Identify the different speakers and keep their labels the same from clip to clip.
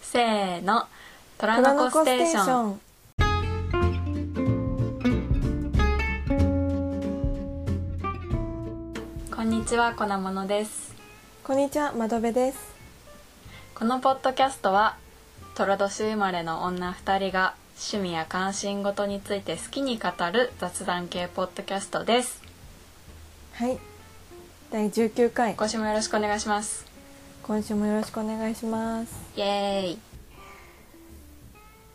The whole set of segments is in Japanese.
Speaker 1: せーの虎の子ステーション
Speaker 2: ン
Speaker 1: こんにちは粉ものです
Speaker 2: こんにちは窓辺です
Speaker 1: このポッドキャストは虎年生まれの女2人が趣味や関心事について好きに語る雑談系ポッドキャストです
Speaker 2: はい第19回
Speaker 1: 今週もよろしくお願いします
Speaker 2: 今週もよろしくお願いします
Speaker 1: イエーイ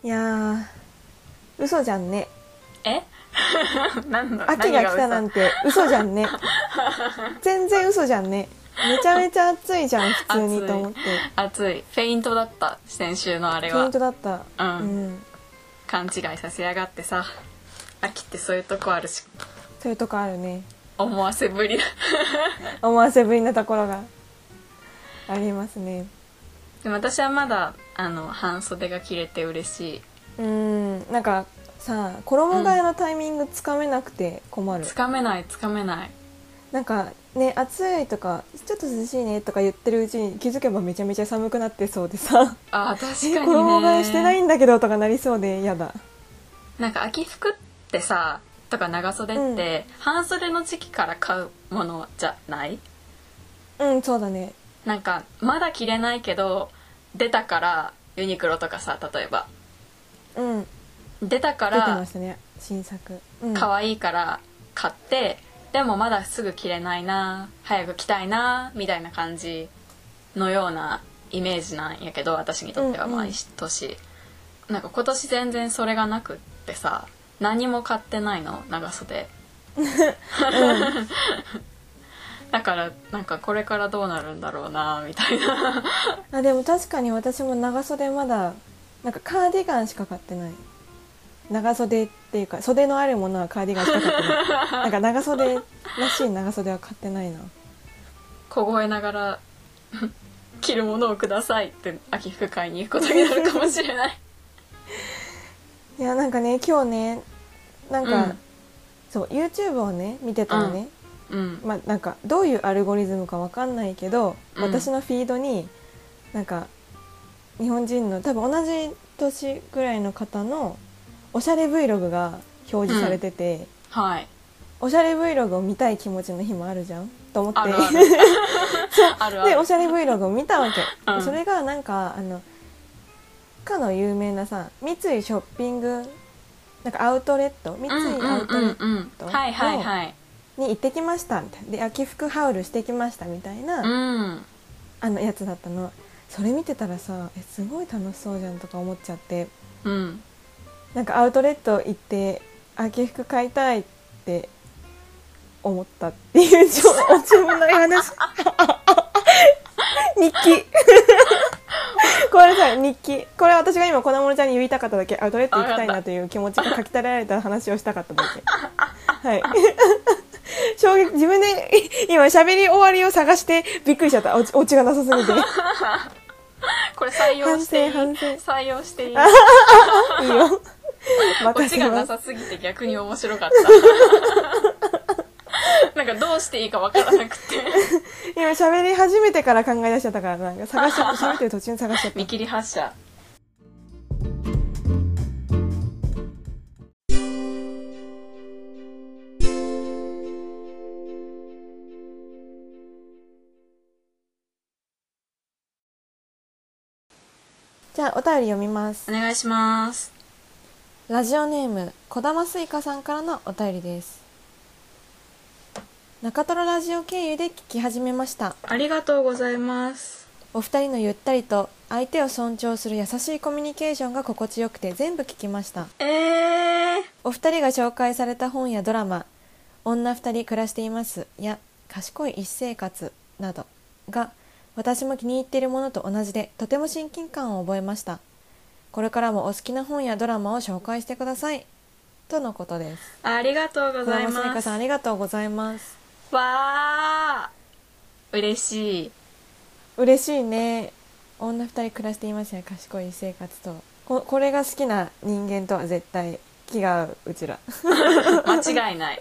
Speaker 2: いやー嘘じゃんね
Speaker 1: え何の
Speaker 2: 秋が来たな
Speaker 1: 何
Speaker 2: ん
Speaker 1: 嘘
Speaker 2: て嘘じゃ んね全然嘘じゃんねめちゃめちゃ暑いじゃん普通にと思って
Speaker 1: 暑いフェイントだった先週のあれ
Speaker 2: ポイ
Speaker 1: は
Speaker 2: ントだった
Speaker 1: うん
Speaker 2: うん、
Speaker 1: 勘違いさせやがってさ秋ってそういうとこあるし
Speaker 2: そういうとこあるね
Speaker 1: 思わせぶりだ
Speaker 2: 思わせぶりなところがありますね
Speaker 1: でも私はまだあの半袖が着れて嬉しい
Speaker 2: うんなんかさ衣替えのタイミングつかめなくて困る、
Speaker 1: つかめないつかめない
Speaker 2: なんかね暑いとかちょっと涼しいねとか言ってるうちに気づけばめちゃめちゃ寒くなってそうでさ
Speaker 1: あー確かにね
Speaker 2: 衣替えしてないんだけどとかなりそうで嫌だ
Speaker 1: なんか秋服ってさとか長袖って、半袖の時期から買うものじゃない
Speaker 2: うんそうだね
Speaker 1: なんかまだ着れないけど出たからユニクロとかさ例えば
Speaker 2: うん
Speaker 1: 出たか
Speaker 2: 出てま
Speaker 1: ら
Speaker 2: したね新作、うん、
Speaker 1: 可愛いから買ってでもまだすぐ着れないな早く着たいなみたいな感じのようなイメージなんやけど私にとっては
Speaker 2: うんうん
Speaker 1: 毎年、なんか今年全然それがなくってさ何も買ってないの長袖 だからなんかこれからどうなるんだろうなみたいな
Speaker 2: あでも確かに私も長袖まだなんかカーディガンしか買ってない長袖っていうか袖のあるものはカーディガンしか買ってない なんか長袖らしい長袖は買ってないな
Speaker 1: 凍えながら 着るものをくださいって秋服買いに行くことになるかもしれない
Speaker 2: いやなんかね今日ねなんか、
Speaker 1: うん
Speaker 2: そう YouTube をね見てたらね、
Speaker 1: うん
Speaker 2: まあなんかどういうアルゴリズムかわかんないけど、
Speaker 1: うん
Speaker 2: 私のフィードになんか日本人の多分同じ年ぐらいの方のおしゃれ Vlog が表示されてて、
Speaker 1: はい
Speaker 2: おしゃれ Vlog を見たい気持ちの日もあるじゃんと思って
Speaker 1: あるあるあるある
Speaker 2: でおしゃれ Vlog を見たわけ、
Speaker 1: うん
Speaker 2: それがなんかあのかの有名なさ三井ショッピングなんかアウトレット三井アウトレッ
Speaker 1: うんうんうんう
Speaker 2: ト
Speaker 1: ん、はいはいはい
Speaker 2: トに行ってきましたみたいなで秋服ハウルしてきましたみたいな、
Speaker 1: うん
Speaker 2: あのやつだったのそれ見てたらさえすごい楽しそうじゃんとか思っちゃって
Speaker 1: うん
Speaker 2: なんかアウトレット行って秋服買いたいって思ったっていうちょおつむない話 日記 ごめんなさい日記これは私が今粉物ちゃんに言いたかっただけアウトレット行きたいなという気持ちが書きたられた話をしたかっただけはい 衝撃自分で今喋り終わりを探してびっくりしちゃったオチオチがなさすぎて
Speaker 1: これ採用していい
Speaker 2: 反省反
Speaker 1: 採用していい
Speaker 2: いいよ
Speaker 1: オ
Speaker 2: 任
Speaker 1: チ
Speaker 2: せ
Speaker 1: が
Speaker 2: ま
Speaker 1: な
Speaker 2: す
Speaker 1: さすぎて逆に面白かった なんかどうしていいかわからなくて
Speaker 2: 今喋り始めてから考え出しちゃったからなんか探しちゃ った喋ってる途中に探しちゃった
Speaker 1: 見切り発車
Speaker 2: じゃあお便り読みます
Speaker 1: お願いします
Speaker 2: ラジオネームこだますいかさんからのお便りです中トロラジオ経由で聞き始めました
Speaker 1: ありがとうございます
Speaker 2: お二人のゆったりと相手を尊重する優しいコミュニケーションが心地よくて全部聞きました
Speaker 1: えー、
Speaker 2: お二人が紹介された本やドラマ「女二人暮らしています」や「賢い一生活」などが私も気に入っているものと同じでとても親近感を覚えましたこれからもお好きな本やドラマを紹介してくださいとのことです
Speaker 1: ありがとうござい
Speaker 2: 小山
Speaker 1: ま
Speaker 2: 聖華
Speaker 1: す
Speaker 2: さんありがとうございます
Speaker 1: わー嬉しい
Speaker 2: 嬉しいね女二人暮らしていますや賢い一生活とここれが好きな人間とは絶対気が合う うちら
Speaker 1: 間違いない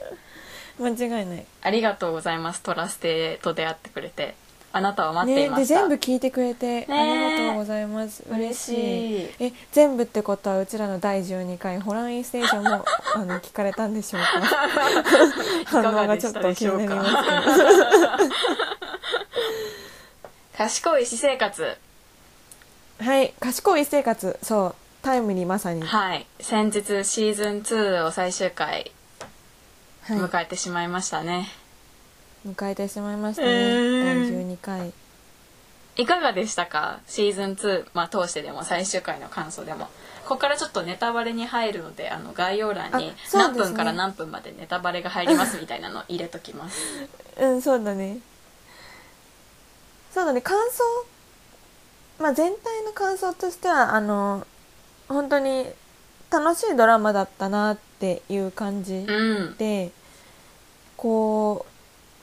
Speaker 2: 間違いない
Speaker 1: ありがとうございますトラステと出会ってくれてあなたを待ってい
Speaker 2: ね、
Speaker 1: ま
Speaker 2: で
Speaker 1: した、
Speaker 2: 全部聞いてくれて、
Speaker 1: ね
Speaker 2: ありがとうございます嬉しい
Speaker 1: 嬉しい
Speaker 2: え全部ってことはうちらの第12回ホランインステーショ ンもあの聞かれたんでしょうか
Speaker 1: いかがで
Speaker 2: ちょ
Speaker 1: し
Speaker 2: ったと
Speaker 1: で
Speaker 2: 気
Speaker 1: しょ
Speaker 2: に
Speaker 1: う
Speaker 2: なりま
Speaker 1: か
Speaker 2: すけど
Speaker 1: 賢い私生活
Speaker 2: はい賢い生活そうタイムにまさに、は
Speaker 1: はい先日シーズン2を最終回
Speaker 2: い、
Speaker 1: 迎えてしまいましたね、
Speaker 2: 迎えてしまいました
Speaker 1: え
Speaker 2: ね、
Speaker 1: ー
Speaker 2: 第12回
Speaker 1: い、かがでしたかシーズン2、まあ、通してでも最終回の感想でもここからちょっとネタバレに入るのであの概要欄に
Speaker 2: あそうです
Speaker 1: 何
Speaker 2: ね
Speaker 1: 分から何分までネタバレが入りますみたいなの入れときます
Speaker 2: うんそうだねそうだね感想まあ全体の感想としてはあの本当に楽しいドラマだったなっていう感じ、
Speaker 1: うん
Speaker 2: でこ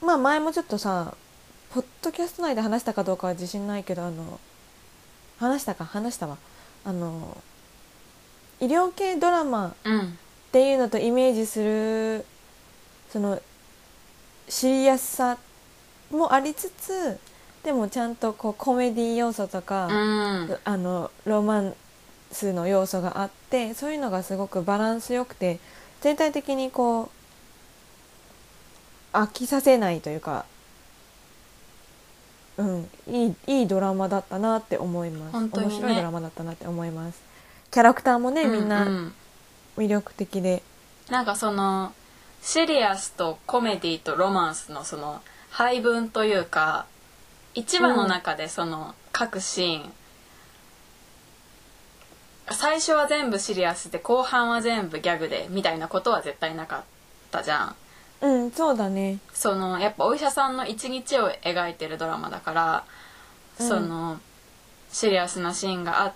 Speaker 2: うまあ前もちょっとさポッドキャスト内で話したかどうかは自信ないけどあの話したか話したわあの医療系ドラマ
Speaker 1: うん
Speaker 2: っていうのとイメージするその知りやすさもありつつでもちゃんとこうコメディ要素とか、
Speaker 1: うん
Speaker 2: あのロマンスの要素があってそういうのがすごくバランスよくて全体的にこう飽きさせないというか、うん、いいいいドラマだったなって思います、
Speaker 1: 本当に
Speaker 2: 面
Speaker 1: ね
Speaker 2: 白いドラマだったなって思いますキャラクターもねみん
Speaker 1: う
Speaker 2: な
Speaker 1: う
Speaker 2: 魅力的で、
Speaker 1: なんかそのシリアスとコメディとロマンスのその配分というか一話の中でその各シーン、最初は全部シリアスで後半は全部ギャグでみたいなことは絶対なかったじゃん。
Speaker 2: うんそうだね
Speaker 1: そのやっぱお医者さんの一日を描いてるドラマだから、
Speaker 2: うん
Speaker 1: そのシリアスなシーンがあっ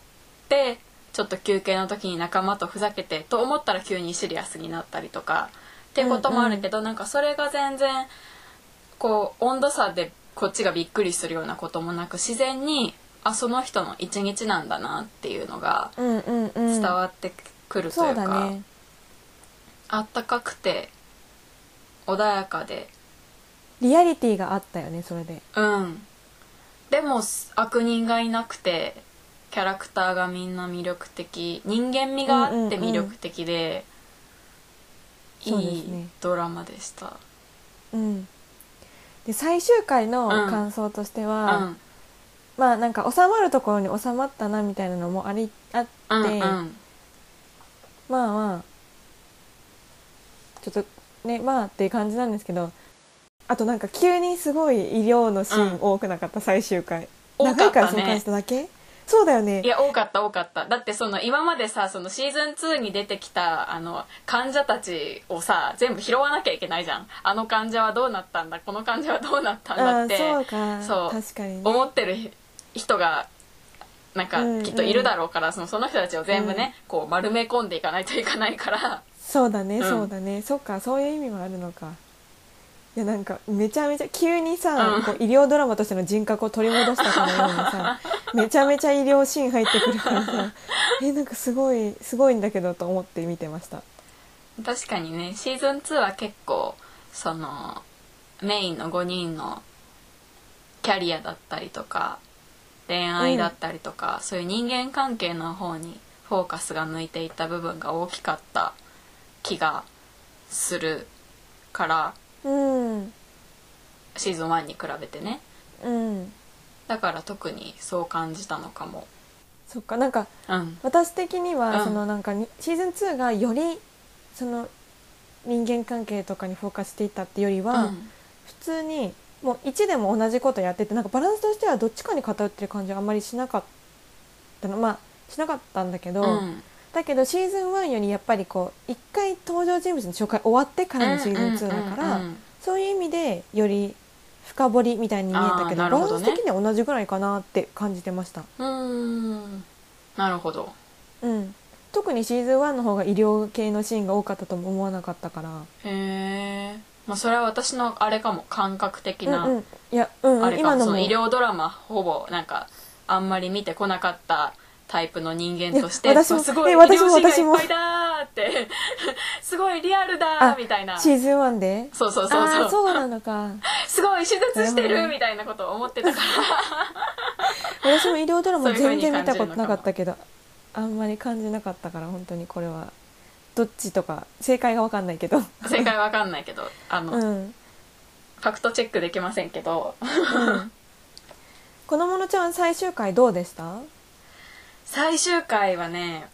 Speaker 1: てちょっと休憩の時に仲間とふざけてと思ったら急にシリアスになったりとかってこともあるけど、なんかそれが全然こう温度差でこっちがびっくりするようなこともなく自然にあその人の一日なんだなっていうのが
Speaker 2: うんうんうん
Speaker 1: 伝わってくるとい
Speaker 2: そう
Speaker 1: うか。
Speaker 2: だね
Speaker 1: あったかくて穏やかで
Speaker 2: リアリティがあったよねそれで
Speaker 1: うんでもす悪人がいなくてキャラクターがみんな魅力的人間味があって
Speaker 2: うんうんうん
Speaker 1: 魅力的で、
Speaker 2: そうです
Speaker 1: い
Speaker 2: ね
Speaker 1: いドラマでした
Speaker 2: うんで最終回の
Speaker 1: うん
Speaker 2: 感想として
Speaker 1: う
Speaker 2: は、
Speaker 1: ん
Speaker 2: まあなんか収まるところに収まったなみたいなのもありあって、
Speaker 1: うんうん
Speaker 2: まあまあちょっとねまあっていう感じなんですけどあとなんか急にすごい医療のシーン
Speaker 1: うん
Speaker 2: 多くなかった、最終回
Speaker 1: 多かったね
Speaker 2: 長いから紹介しただけそうだよね
Speaker 1: いや多かった多かっただってその今までさそのシーズン2に出てきたあの患者たちをさ全部拾わなきゃいけないじゃんあの患者はどうなったんだこの患者はどうなったんだ
Speaker 2: あ
Speaker 1: って
Speaker 2: そうか
Speaker 1: そう
Speaker 2: 確かにね
Speaker 1: 思ってる人がなんか
Speaker 2: うんうん
Speaker 1: きっといるだろうから、そのその人たちを全部ね、こう丸め込んでいかないといかないから
Speaker 2: そうだね、
Speaker 1: うん
Speaker 2: そうだねそっかそういう意味もあるのかいやなんかめちゃめちゃ急にさ、
Speaker 1: うん
Speaker 2: こう医療ドラマとしての人格を取り戻したかのよう にさめちゃめちゃ医療シーン入ってくるからさえなんかすごいすごいんだけどと思って見てました
Speaker 1: 確かにねシーズン2は結構そのメインの5人のキャリアだったりとか恋愛だったりとか、そういう人間関係の方にフォーカスが向いていった部分が大きかった気がするから
Speaker 2: うん
Speaker 1: シーズン1に比べてね
Speaker 2: うん
Speaker 1: だから特にそう感じたのかも。
Speaker 2: そっかなんか
Speaker 1: うん
Speaker 2: 私的には、
Speaker 1: うん
Speaker 2: そのなんかにシーズン2がよりその人間関係とかにフォーカスしていったってよりは、
Speaker 1: うん
Speaker 2: 普通にもう1でも同じことやっててなんかバランスとしてはどっちかに偏ってる感じはあんまりしなかったのまあしなかったんだけど、
Speaker 1: うん
Speaker 2: だけどシーズン1よりやっぱりこう1回登場人物の紹介終わってからのシーズン2だから、
Speaker 1: うんうんうんうん
Speaker 2: そういう意味でより深掘りみたいに見えたけど
Speaker 1: あーなる
Speaker 2: バ
Speaker 1: ほ
Speaker 2: ラ
Speaker 1: ど
Speaker 2: ン
Speaker 1: ね
Speaker 2: ス的には同じぐらいかなって感じてました。
Speaker 1: うーんなるほど
Speaker 2: うん特にシーズン1の方が医療系のシーンが多かったとも思わなかったから、
Speaker 1: へえ、まあ、それは私のあれかも感覚的
Speaker 2: うんう、
Speaker 1: なん
Speaker 2: いや、うんう
Speaker 1: あ
Speaker 2: ん、
Speaker 1: れか
Speaker 2: 今
Speaker 1: も
Speaker 2: の
Speaker 1: そ
Speaker 2: も
Speaker 1: の医療ドラマほぼなんかあんまり見てこなかったタイプの人間として
Speaker 2: いや私も
Speaker 1: わすごい
Speaker 2: え私も
Speaker 1: 両親がい
Speaker 2: 私も
Speaker 1: っぱいだーって すごいリアルだ
Speaker 2: あ
Speaker 1: ーみたいな
Speaker 2: シ
Speaker 1: そう
Speaker 2: ーズン1で
Speaker 1: そうそう
Speaker 2: あ
Speaker 1: そ
Speaker 2: あ
Speaker 1: う
Speaker 2: そうなのか
Speaker 1: すごい手術して
Speaker 2: なるほど
Speaker 1: る
Speaker 2: ね
Speaker 1: みたいなことを思ってたから
Speaker 2: 私も医療ドラマ
Speaker 1: そういう風
Speaker 2: 全
Speaker 1: に
Speaker 2: 然見たことなかったけどあんまり感じなかったから本当にこれはどっちとか正解が分かんないけど
Speaker 1: 正解わかんないけどあの、
Speaker 2: う
Speaker 1: フ
Speaker 2: ん
Speaker 1: ァクトチェックできませんけど
Speaker 2: 子供のちゃん最終回どうでした
Speaker 1: 最終回はね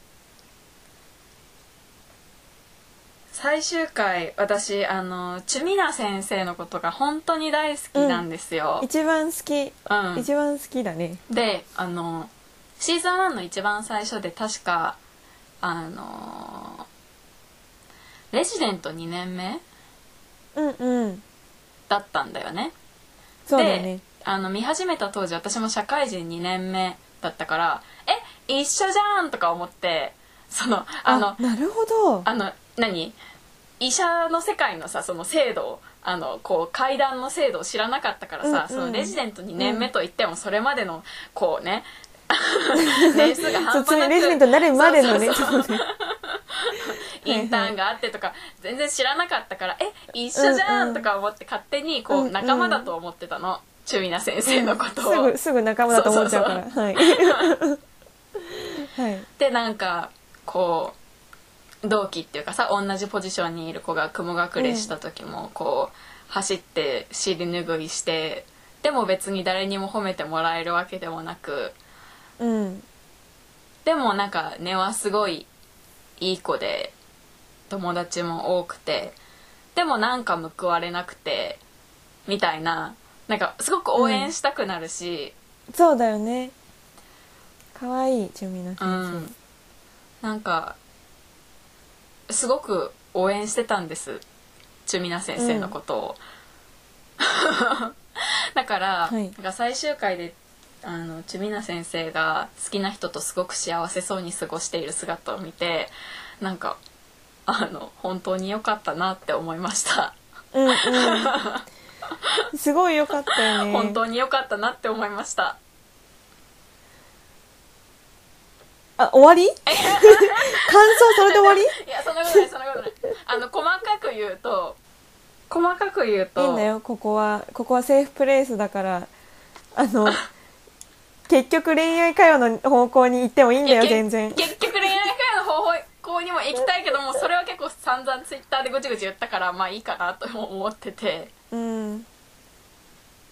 Speaker 1: 最終回私あのチュミナ先生のことが本当に大好きなんですよ、
Speaker 2: 一番好き、
Speaker 1: うん
Speaker 2: 一番好きだね
Speaker 1: であのシーズン1の一番最初で確かあのレジデント2年目
Speaker 2: うんうん
Speaker 1: だったんだよね
Speaker 2: そうだね
Speaker 1: あの見始めた当時私も社会人2年目だったから「え一緒じゃん!」とか思ってそのあの
Speaker 2: あなるほど
Speaker 1: あの何医者の世界のさその制度をあのこう階段の制度を知らなかったからさ、
Speaker 2: うんうん
Speaker 1: そのレジデント2年目といってもそれまでのこうね 年数が
Speaker 2: そ
Speaker 1: 半
Speaker 2: っ
Speaker 1: 端な
Speaker 2: レジデント
Speaker 1: く
Speaker 2: になるまでのね
Speaker 1: そうそう
Speaker 2: そうね
Speaker 1: インターンがあってとか全然知らなかったから「え一緒じゃ!」
Speaker 2: うんうんん
Speaker 1: とか思って勝手にこ
Speaker 2: うんう
Speaker 1: うん仲間だと思ってたの、チュミナ先生のことを。
Speaker 2: すぐすぐ仲間だと思っちゃうからはい はい
Speaker 1: でなんかこう同期っていうかさ同じポジションにいる子が雲隠れした時もこう走って尻拭いしてでも別に誰にも褒めてもらえるわけでもなく
Speaker 2: うん
Speaker 1: でもなんか根はすごいいい子で友達も多くてでもなんか報われなくてみたいななんかすごく応援したくなるし、
Speaker 2: そうだよね可愛いチュミナ先
Speaker 1: うんなんかすごく応援してたんですチュミナ先生のことを、 だから、
Speaker 2: はい
Speaker 1: なんか最終回であのチュミナ先生が好きな人とすごく幸せそうに過ごしている姿を見てなんかあの本当に良かったなって思いました、
Speaker 2: 生うんうんすごい良かったよね
Speaker 1: 本当に良かったなって思いました
Speaker 2: あ終わり感想それで終わり
Speaker 1: いやそんなことないそんなことないあの細かく言うと細かく言うと
Speaker 2: いいんだよここはここはセーフプレイスだからあの結局恋愛会話の方向に行ってもいいんだよ
Speaker 1: いやけ
Speaker 2: 全然
Speaker 1: 結局恋愛会の方向にも行きたいけどもそれは結構散々ツイッターでぐちぐち言ったからまあいいかなとも思ってて
Speaker 2: うん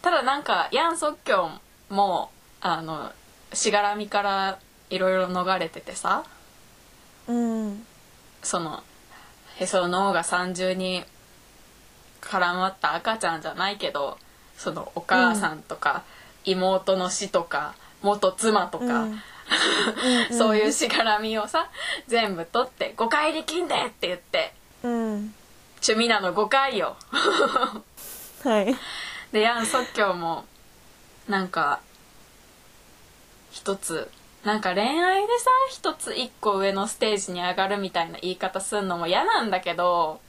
Speaker 1: ただなんかヤン・ソッキョンもあのしがらみからいろいろ逃れててさ
Speaker 2: うん
Speaker 1: そのへその緒が三重に絡まった赤ちゃんじゃないけどそのお母さんとか、妹の死とか元妻とか、
Speaker 2: うん
Speaker 1: そういうしがらみをさ全部取って「5回できんで!」って言って
Speaker 2: うん
Speaker 1: チュミナの5回よ
Speaker 2: はい
Speaker 1: でヤン・ソッキョウもなんか一つなんか恋愛でさ一つ一個上のステージに上がるみたいな言い方すんのも嫌なんだけど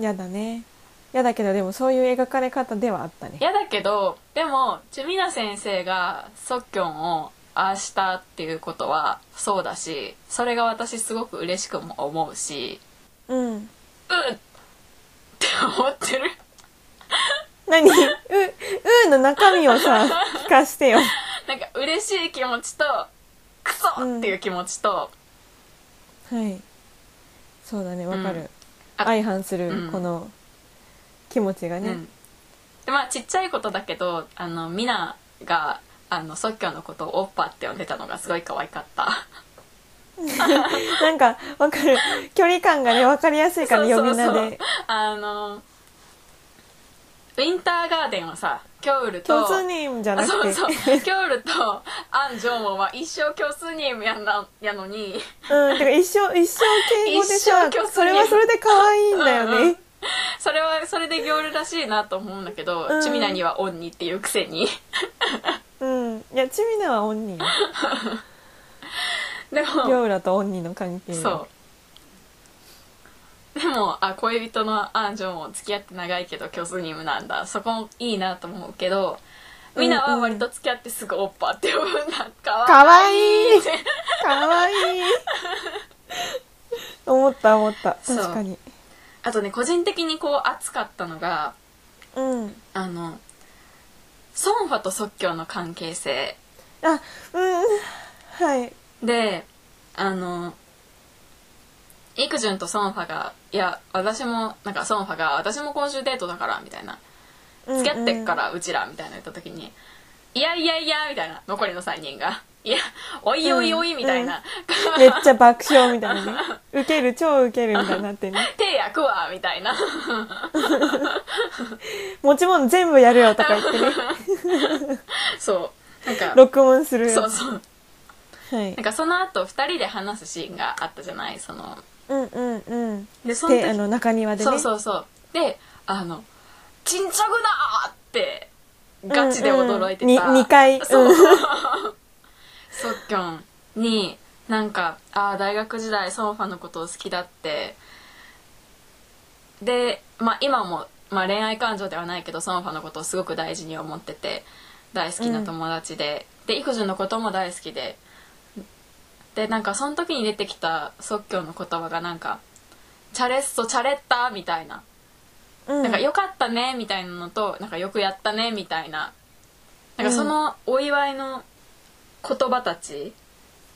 Speaker 2: やだねやだけどでもそういう描かれ方ではあったね
Speaker 1: 嫌だけどでもチュミナ先生がソッキョンをああしたっていうことはそうだしそれが私すごく嬉しくも思うし
Speaker 2: うん
Speaker 1: うっって思ってる
Speaker 2: 何ううの中身をさ聞かしてよ
Speaker 1: なんか嬉しい気持ちとクソっていう気持ちと、
Speaker 2: はいそうだねわかる、
Speaker 1: うんあ
Speaker 2: 相反する
Speaker 1: うん
Speaker 2: この気持ちがね、
Speaker 1: うんでまあちっちゃいことだけどあのミナがあの即興のことをオッパって呼んでたのがすごい可愛か った
Speaker 2: なんかわかる距離感がねわかりやすいからね呼び名で
Speaker 1: あのウィンターガーデンをさキョウルと
Speaker 2: 共通ネームじゃ
Speaker 1: あ
Speaker 2: な
Speaker 1: そ
Speaker 2: く
Speaker 1: う
Speaker 2: て
Speaker 1: そうキョウルとアン・ジョーモンは一生共通ネームやんなやのに
Speaker 2: うんてか一生一生敬語でさ
Speaker 1: 一生共通
Speaker 2: それはそれで可愛いんだよね
Speaker 1: それはそれでギョールらしいなと思うんだけど、
Speaker 2: うん
Speaker 1: チュミナにはオンニっていうくせに
Speaker 2: うん、いやチミナはオンニー
Speaker 1: でも
Speaker 2: 両浦とオンニーの関係
Speaker 1: そうでもあ恋人のアンジョも付き合って長いけどキョスニムなんだそこもいいなと思うけどミナは割と付き合ってすぐオッパって呼ぶんだか
Speaker 2: か
Speaker 1: わ
Speaker 2: わ
Speaker 1: い
Speaker 2: い
Speaker 1: い
Speaker 2: い
Speaker 1: って
Speaker 2: かわいい思った思った
Speaker 1: そう
Speaker 2: 確かに
Speaker 1: あとね個人的にこう熱かったのが
Speaker 2: うん
Speaker 1: あのソンファと即興の関係性
Speaker 2: あうんはい
Speaker 1: であのイクジュンとソンファが「いや私もなんかソンファが私も今週デートだから」みたいな「付き合ってっからうちら」みたいな言った時に「いやいやいや」みたいな残りの3人が「いやおいおいおい」みたいな
Speaker 2: うんうんめっちゃ爆笑みた いなねウケる超ウケるみたいになってね
Speaker 1: 「 手焼くわ」みたいな
Speaker 2: 持ち物全部やるよとか言ってね
Speaker 1: そうなんか
Speaker 2: 録音するよ
Speaker 1: そうそう
Speaker 2: はい
Speaker 1: なんかその後2人で話すシーンがあったじゃないその
Speaker 2: うんうんうん
Speaker 1: でその時
Speaker 2: であの中庭でね
Speaker 1: そうそうそうであの「ちんちゃくな!」ってガチで驚いてた、
Speaker 2: うんうんに二回
Speaker 1: そう
Speaker 2: うん
Speaker 1: そっきょんになんかあー大学時代ソンファのことを好きだってで、まあ、今も、まあ、恋愛感情ではないけどソンファのことをすごく大事に思ってて大好きな友達で、で育児のことも大好きででなんかその時に出てきた即興の言葉がなんか「チャレッソチャレッタ」みたいな
Speaker 2: うん
Speaker 1: なんか良かったねみたいなのとなんかよくやったねみたいななんかそのお祝いの言葉たち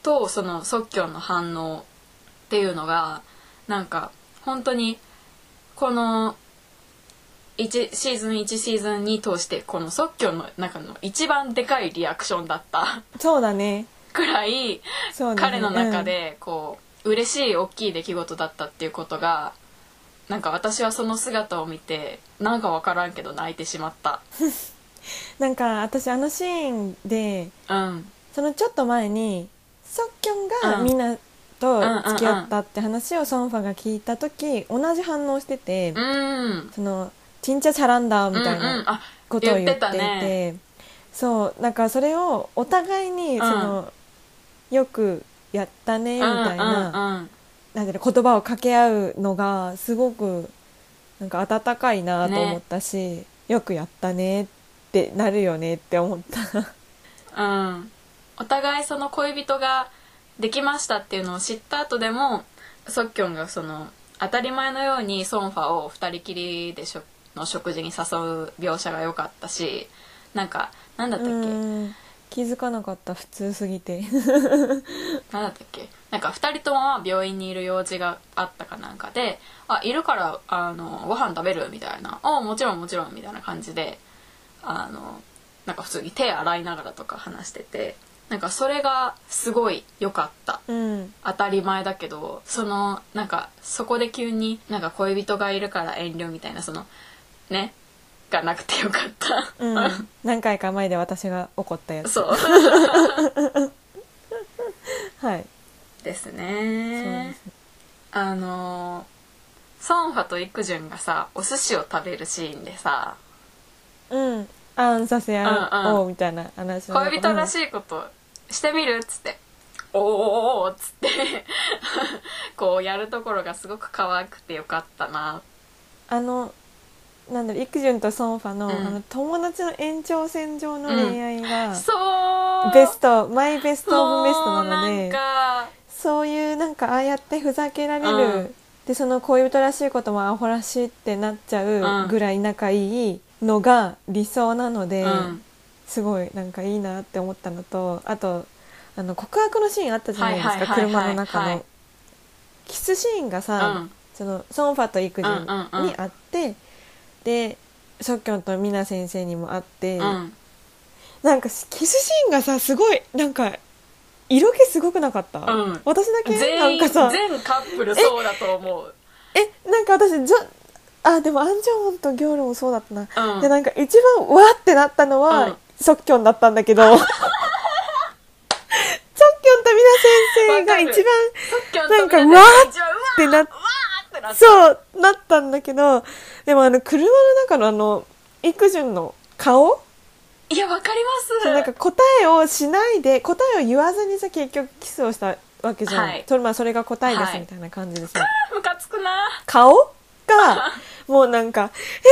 Speaker 1: とその即興の反応っていうのがなんか本当にこの1シーズン1シーズン2通してこの即興の中の一番でかいリアクションだった
Speaker 2: そうだね
Speaker 1: くらい
Speaker 2: そうだね
Speaker 1: 彼の中、でこう嬉しい大きい出来事だったっていうことがなんか私はその姿を見てなんかわからんけど泣いてしまった
Speaker 2: うんなんか私あのシーンで
Speaker 1: うん
Speaker 2: そのちょっと前にソッキョンが
Speaker 1: うん
Speaker 2: みんなと付き合ったって話をソンファが聞いた時同じ反応してて
Speaker 1: うん
Speaker 2: そのちんちゃちゃらんだみた
Speaker 1: うんう
Speaker 2: い
Speaker 1: ん
Speaker 2: な
Speaker 1: あ
Speaker 2: ことを言ってい
Speaker 1: 言ってた
Speaker 2: てそうなんかそれをお互いにそのよくやったねみたいな
Speaker 1: うんうんうん
Speaker 2: なんていうの言葉を掛け合うのがすごくなんか温かいなと思ったしよくやったねってなるよねって思った。
Speaker 1: うん、お互いその恋人ができましたっていうのを知った後でもソッキョンがその当たり前のようにソンファを二人きりでしょの食事に誘う描写が良かったしなんかなんだったっけ、
Speaker 2: うん気づかなかった普通す ぎて
Speaker 1: なんだったっけなんか2人ともまあ病院にいる用事があったかなんかで「あいるからあのご飯食べる?」みたいな「あもちろんもちろん」みたいな感じであのなんか普通に手洗いながらとか話しててなんかそれがすごい良かった
Speaker 2: うん
Speaker 1: 当たり前だけどそのなんかそこで急になんか恋人がいるから遠慮みたいなそのねがなくてよかった、
Speaker 2: うん何回か前で私が怒ったやつ
Speaker 1: そう
Speaker 2: はい
Speaker 1: です
Speaker 2: そう
Speaker 1: ね
Speaker 2: ですね
Speaker 1: あのーソンファとイクジュンがさお寿司を食べるシーンでさ
Speaker 2: うんあんさせや
Speaker 1: うんうん
Speaker 2: おうみたいな話の
Speaker 1: 恋人らしいことしてみるっつって「おーおーおーっつって こうやるところがすごく可愛くてよかったな
Speaker 2: あのなんだろうイクジュンとソンファの,、
Speaker 1: うん
Speaker 2: あの友達の延長線上の恋愛が、
Speaker 1: そう
Speaker 2: ベストマイベストオブベスト
Speaker 1: そう
Speaker 2: なの
Speaker 1: な
Speaker 2: で
Speaker 1: んか
Speaker 2: そういうなんかああやってふざけられる、
Speaker 1: うん
Speaker 2: でその恋人らしいこともアホらしいってなっちゃうぐらい仲いいのが理想なので、
Speaker 1: うん
Speaker 2: すごいなんかいいなって思ったのとあとあの告白のシーンあったじゃないです
Speaker 1: はいはい
Speaker 2: か
Speaker 1: はいはい
Speaker 2: 車の中の、
Speaker 1: はい
Speaker 2: キスシーンがさ、
Speaker 1: うん
Speaker 2: そのソンファとイクジュ
Speaker 1: うんうんう
Speaker 2: ン
Speaker 1: ん
Speaker 2: にあって、でソッキョンとミナ先生にもあって、
Speaker 1: うん
Speaker 2: なんかキスシーンがさすごいなんか色気すごくなかった、
Speaker 1: うん
Speaker 2: 私だけなん
Speaker 1: 全員
Speaker 2: かさ
Speaker 1: 全カップルそうだと思う
Speaker 2: えなんか私じょあでもアンジョンとギョールもそうだったな、
Speaker 1: うん
Speaker 2: でなんか一番わーってなったのは、
Speaker 1: うん
Speaker 2: 即興だったん だけど即興とみな先生が
Speaker 1: わか
Speaker 2: 一
Speaker 1: る
Speaker 2: 番
Speaker 1: 即興
Speaker 2: なん
Speaker 1: とみ
Speaker 2: かわ
Speaker 1: んな
Speaker 2: ー
Speaker 1: 一番うわ
Speaker 2: ってなっ
Speaker 1: うわーってなって
Speaker 2: そうなったんだけどでもあの車の中のあの育順の顔
Speaker 1: いやわかります
Speaker 2: なんか答えをしないで答えを言わずにさ結局キスをしたわけじゃん、
Speaker 1: はい
Speaker 2: それまあそれが答えで
Speaker 1: は
Speaker 2: す
Speaker 1: い
Speaker 2: みたいな感じでさ、
Speaker 1: ムカつくな
Speaker 2: 顔がもうなんか「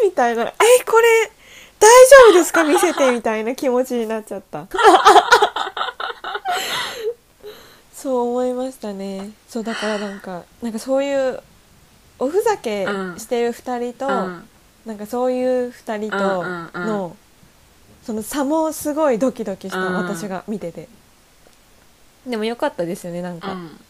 Speaker 2: えー!」みたいな「えこれ大丈夫ですか見せて」みたいな気持ちになっちゃったしたねそうだからなんかなんかそういうおふざけ
Speaker 1: うん
Speaker 2: してる2人と、
Speaker 1: うん
Speaker 2: なんかそういう2人との、
Speaker 1: うんうん
Speaker 2: その差もすごいドキドキした、
Speaker 1: うん
Speaker 2: 私が見ててでも良かったですよねなん
Speaker 1: う
Speaker 2: か、
Speaker 1: ん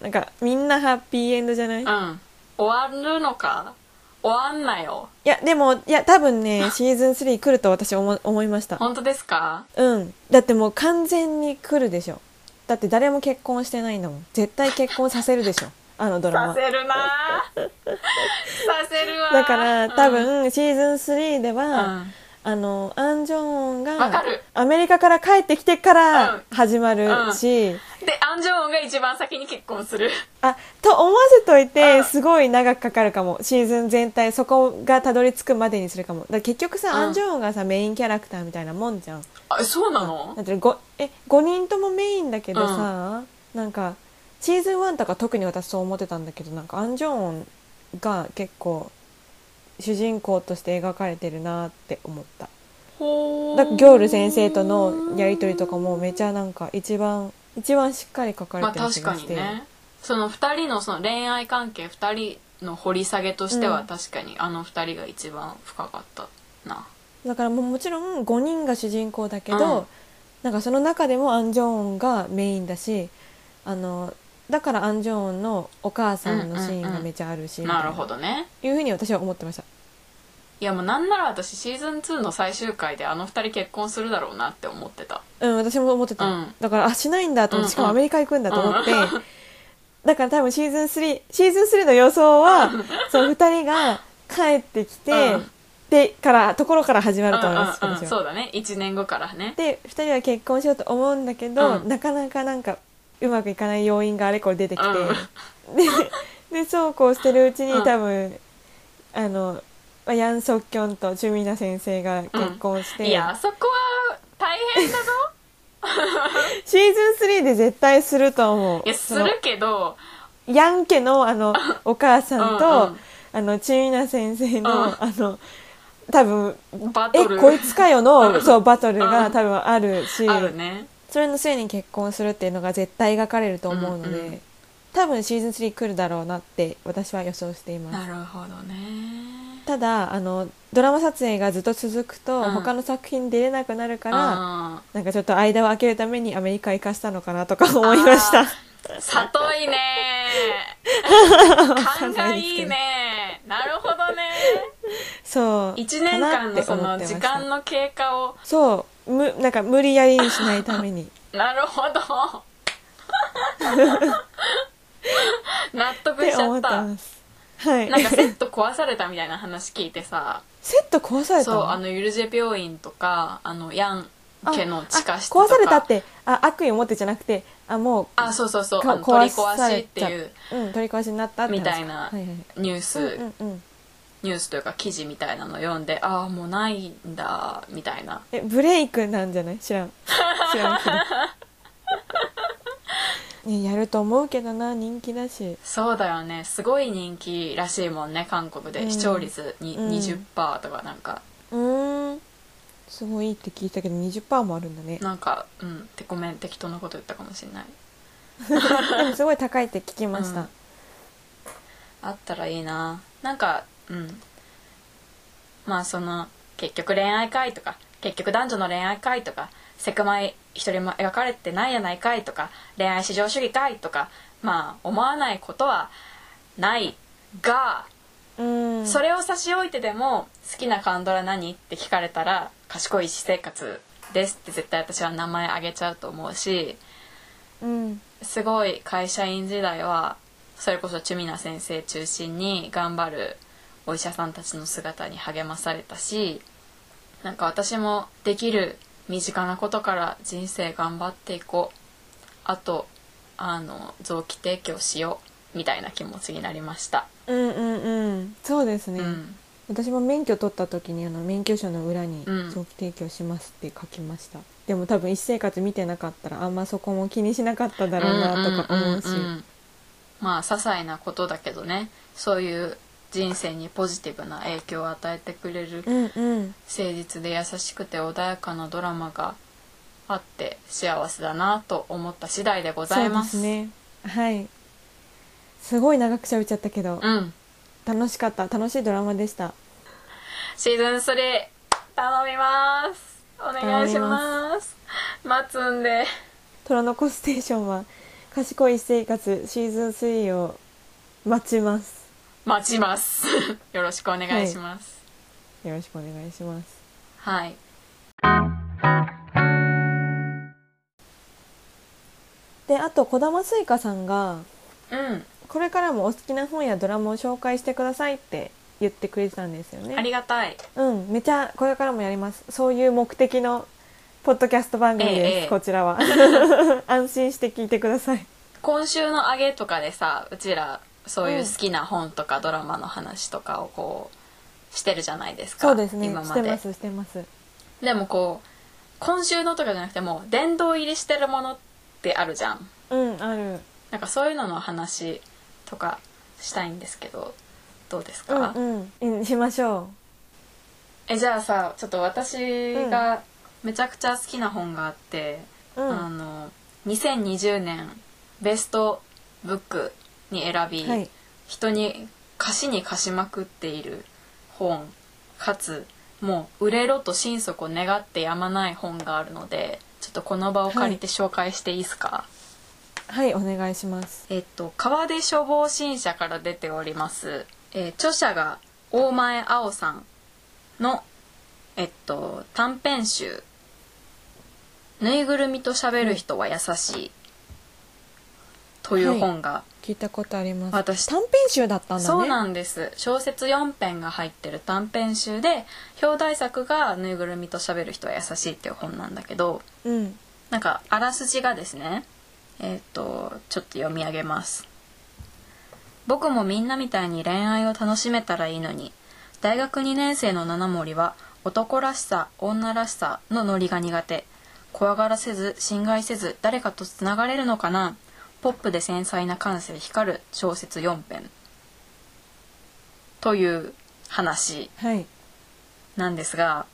Speaker 2: なんかみんなハッピーエンドじゃない、い
Speaker 1: うん終わるのか終わんなよ
Speaker 2: やでもいや多分ねシーズン3来ると私思思いました
Speaker 1: 本当ですか
Speaker 2: うんだってもう完全に来るでしょだって誰も結婚してないんだもん絶対結婚させる でしょあのドラ
Speaker 1: さ
Speaker 2: マ
Speaker 1: せるなーさせるわー
Speaker 2: だから多
Speaker 1: うん
Speaker 2: 分、シーズン3で
Speaker 1: う
Speaker 2: は、
Speaker 1: ん
Speaker 2: あのアン・ジョンウン
Speaker 1: わか
Speaker 2: が
Speaker 1: る
Speaker 2: アメリカから帰ってきてか
Speaker 1: うん
Speaker 2: ら始まるし、
Speaker 1: でアンジョンが一番先に結婚する
Speaker 2: あと思わせといて、
Speaker 1: うん
Speaker 2: すごい長くかかるかもシーズン全体そこがたどり着くまでにするかもだから結局
Speaker 1: う
Speaker 2: さ、
Speaker 1: ん
Speaker 2: アン・ジョンウンがさメインキャラクターみたいなもんじゃん
Speaker 1: あそうなの
Speaker 2: だってごえ5人ともメインだけどさ、なんかシーズン1とか特に私そう思ってたんだけどなんかアン・ジョンウンが結構主人公として描かれてるなって思った
Speaker 1: ほ
Speaker 2: だからギョール先生とのやり取りとかもめちゃなんか一番一番しっかり書かれ
Speaker 1: まあ
Speaker 2: てる気
Speaker 1: 確か
Speaker 2: がし
Speaker 1: に
Speaker 2: て、
Speaker 1: ねその2人のその恋愛関係2人の掘り下げとして
Speaker 2: う
Speaker 1: は
Speaker 2: ん
Speaker 1: 確かにあの2人が一番深かったな
Speaker 2: だからもうもちろん5人が主人公だけ
Speaker 1: うん
Speaker 2: ど、なんかその中でもアン・ジョンウンがメインだしあのだからアン・ジョンウンのお母さんのシーンがめちゃあるし、みたい
Speaker 1: なるほどね
Speaker 2: いうふうに私は思ってました
Speaker 1: いやもうなんなら私シーズン2の最終回であの2人結婚するだろうなって思ってた
Speaker 2: うん私も思ってた、
Speaker 1: うん
Speaker 2: だからあしないんだと思ってしか
Speaker 1: うんう
Speaker 2: もア
Speaker 1: ん
Speaker 2: メリカ行くんだと思って、だから多分シーズン3シーズン3の予想はそう2人が帰ってきて、
Speaker 1: うん
Speaker 2: でからところから始まると思います、
Speaker 1: うんうんうん
Speaker 2: 私は
Speaker 1: そうだね1年後からね
Speaker 2: で2人は結婚しようと思うんだけど、
Speaker 1: うん
Speaker 2: なかなかなんかうまくいかない要因があれこれ出てきて、
Speaker 1: うん
Speaker 2: ででそうこうしてるうちに
Speaker 1: うん
Speaker 2: 多分、あのまあヤン・ソッキョンとチュミナ先生が結婚して、
Speaker 1: いやあそこは大変だぞ
Speaker 2: シーズン3で絶対すると思う
Speaker 1: いやす
Speaker 2: その
Speaker 1: るけど
Speaker 2: ヤン家のあのお母さんと
Speaker 1: うんうん
Speaker 2: あのチュミナ先生の、
Speaker 1: うん
Speaker 2: あの多分
Speaker 1: バ
Speaker 2: 「え
Speaker 1: トル
Speaker 2: こいつかよの」そうバトル
Speaker 1: う
Speaker 2: が
Speaker 1: ん
Speaker 2: 多分あるし。
Speaker 1: あるね
Speaker 2: それのせいに結婚するっていうのが絶対描かれると思うので、
Speaker 1: うんうん
Speaker 2: 多分シーズン3来るだろうなって私は予想しています
Speaker 1: なるほどね
Speaker 2: ただあのドラマ撮影がずっと続くと、
Speaker 1: うん
Speaker 2: 他の作品出れなくなるから、
Speaker 1: うん
Speaker 2: なんかちょっと間を空けるためにアメリカ行かしたのかなとか思いました
Speaker 1: あ里いね勘がいいねなるほどね
Speaker 2: そう
Speaker 1: 1年間のそ
Speaker 2: かな
Speaker 1: の
Speaker 2: って
Speaker 1: 時
Speaker 2: 思ってました
Speaker 1: 間の経過を
Speaker 2: そうむなんか無理やりにしないた めに
Speaker 1: なるほど 納
Speaker 2: っ
Speaker 1: 得してちゃ
Speaker 2: 思
Speaker 1: っ
Speaker 2: って
Speaker 1: た
Speaker 2: ますはい
Speaker 1: なんかセット壊されたみたいな話聞いてさ
Speaker 2: セット壊された
Speaker 1: そうあ
Speaker 2: の
Speaker 1: のゆるジェ病院とかあのヤン家の地下室とか
Speaker 2: 壊されたってあ悪意を持ってじゃなくてあもう
Speaker 1: あそうそうそう
Speaker 2: か
Speaker 1: あの取り
Speaker 2: 壊
Speaker 1: 壊
Speaker 2: さ
Speaker 1: し
Speaker 2: れ
Speaker 1: っ
Speaker 2: ち
Speaker 1: て
Speaker 2: ゃ
Speaker 1: いう
Speaker 2: うん、取り壊しになったって話
Speaker 1: み
Speaker 2: か
Speaker 1: たいな
Speaker 2: はいはい
Speaker 1: ニュース、
Speaker 2: うんうんうん、
Speaker 1: ニュースというか記事みたいなの読んでああもうないんだみたいな
Speaker 2: えブレイクなんじゃない 知らん知らんけど、 ね、やると思うけどな人気だし
Speaker 1: そうだよねすごい人気らしいもんね韓国で、
Speaker 2: うん
Speaker 1: 視聴率に、
Speaker 2: うん
Speaker 1: 20%とかなんか
Speaker 2: うーんすごいいいって聞いたけど20%もあるんだね
Speaker 1: なんかうんてごめん適当なこと言ったかもしれない
Speaker 2: で もすごい高いって聞きました、
Speaker 1: うんあったらいいななんかうんまあその結局恋愛会とか結局男女の恋愛会とかセクマイ一人も描かれてないやないかいとか恋愛至上主義会とかまあ思わないことはないが
Speaker 2: うん
Speaker 1: それを差し置いてでも「好きなカンドラ何?」って聞かれたら「賢い私生活です」って絶対私は名前あげちゃうと思うし
Speaker 2: うん
Speaker 1: すごい会社員時代はそれこそチュミナ先生中心に頑張るお医者さんたちの姿に励まされたしなんか私もできる身近なことから人生頑張っていこうあとあの臓器提供しようみたいな気持ちになりました、
Speaker 2: うんうんうんそうですね、
Speaker 1: うん
Speaker 2: 私も免許取った時にあの免許証の裏に
Speaker 1: うん
Speaker 2: 臓器提供しますって書きました、でも多分一生活見てなかったらあんまそこも気にしなかっただろうなとか思うし、
Speaker 1: んんんんまあ些細なことだけどねそういう人生にポジティブな影響を与えてくれる
Speaker 2: うんうん
Speaker 1: 誠実で優しくて穏やかなドラマがあって幸せだなと思った次第でございます
Speaker 2: そうですねはいすごい長く喋っちゃったけど、
Speaker 1: うん
Speaker 2: 楽しかった楽しいドラマでした
Speaker 1: シーズン3頼みますお願いします待つんで
Speaker 2: 「虎の子ステーション」は「賢い生活」シーズン3を待ちます
Speaker 1: 待ちますよろしくお願いします
Speaker 2: よろしくお願いします
Speaker 1: はい
Speaker 2: であと児玉スイカさんが
Speaker 1: うん
Speaker 2: これからもお好きな本やドラマを紹介してくださいって言ってくれてたんですよね
Speaker 1: ありがたい
Speaker 2: うんめちゃこれからもやりますそういう目的のポッドキャスト番組です、
Speaker 1: ええ
Speaker 2: こちら は安心して聞いてください
Speaker 1: 今週のあげとかでさうちらそういう好きな本とかドラマの話とかをこうしてるじゃないですか
Speaker 2: そうですね
Speaker 1: 今
Speaker 2: し
Speaker 1: ま
Speaker 2: て
Speaker 1: で
Speaker 2: ますしてます
Speaker 1: でもこう今週のとかじゃなくてもう殿堂入りしてるものってあるじゃん
Speaker 2: うんある
Speaker 1: なんかそういうのの話とかしたいんですけどどうです
Speaker 2: う
Speaker 1: か、
Speaker 2: んうんいしましょ
Speaker 1: えじゃあさちょっと私がめちゃくちゃ好きな本があって、
Speaker 2: ううん
Speaker 1: あ
Speaker 2: は
Speaker 1: の2020年ベストブックに選び、
Speaker 2: い
Speaker 1: 人に貸しに貸しまくっている本かつもう売れろと心底願ってやまない本があるのでちょっとこの場を借りて紹介していいですか、
Speaker 2: はいお願いします
Speaker 1: えっと、川出処方新社から出ております、えー著者が大前青さんの、えっと、短編集「ぬいぐるみと喋る人は優しい」という本が、
Speaker 2: 聞いたことあります
Speaker 1: 私
Speaker 2: 短編集だったんだね
Speaker 1: そうなんです小説4編が入ってる短編集で表題作が「ぬいぐるみと喋る人は優しい」っていう本なんだけど
Speaker 2: うん
Speaker 1: なんかあらすじがですねえーっとちょっと読み上げます僕もみんなみたいに恋愛を楽しめたらいいのに大学2年生の七森は男らしさ女らしさのノリが苦手怖がらせず侵害せず誰かとつながれるのかなポップで繊細な感性光る小説4編という話
Speaker 2: はい
Speaker 1: なんですが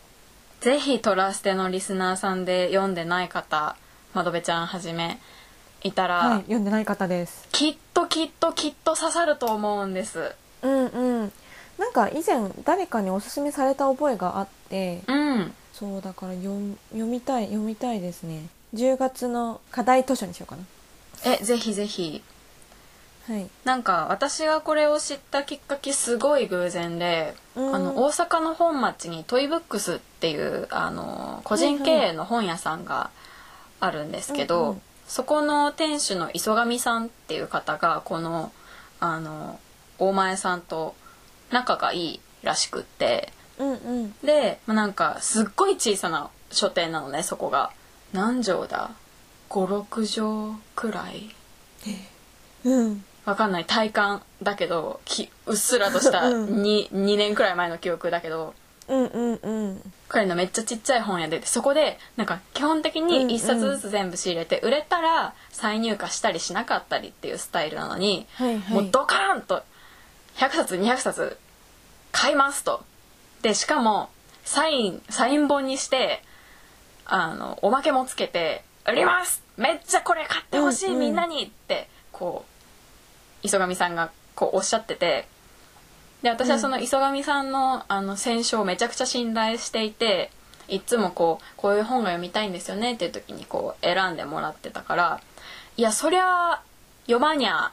Speaker 1: ぜひトラステのリスナーさんで読んでない方窓辺ちゃんはじめいたら、
Speaker 2: はい読んでない方です
Speaker 1: きっときっときっと刺さると思うんです
Speaker 2: うんうんなんか以前誰かにおすすめされた覚えがあって
Speaker 1: うん
Speaker 2: そうだから読み読みたい読みたいですね10月の課題図書にしようかな
Speaker 1: えぜひぜひ
Speaker 2: はい
Speaker 1: なんか私がこれを知ったきっかけすごい偶然で、
Speaker 2: うん
Speaker 1: あの大阪の本町にトイブックスっていうあの個人経営の本屋さんがあるんですけど、
Speaker 2: うんうん
Speaker 1: そこの店主の磯上さんっていう方がこのあの大前さんと仲がいいらしくって
Speaker 2: うんうん
Speaker 1: でまあなんかすっごい小さな書店なのねそこが何畳だ56畳くらい
Speaker 2: うん
Speaker 1: わかんない体感だけどきうっすらとした
Speaker 2: う
Speaker 1: 2, 2年くらい前の記憶だけど
Speaker 2: うんうんうん
Speaker 1: 彼のめっちゃちっちゃい本屋でそこでなんか基本的に1冊ずつ全部仕入れて、売れたら再入荷したりしなかったりっていうスタイルなのに、
Speaker 2: はいはい
Speaker 1: もうドカーンと100冊200冊買いますとでしかもサインサイン本にしてあのおまけもつけて「売りますめっちゃこれ買ってほしい、
Speaker 2: うんうん
Speaker 1: みんなに!」ってこう磯上さんがこうおっしゃっててで私はその磯上さんのあの選書をめちゃくちゃ信頼していていっつもこうこういう本が読みたいんですよねっていう時にこう選んでもらってたからいやそりゃ読まにゃ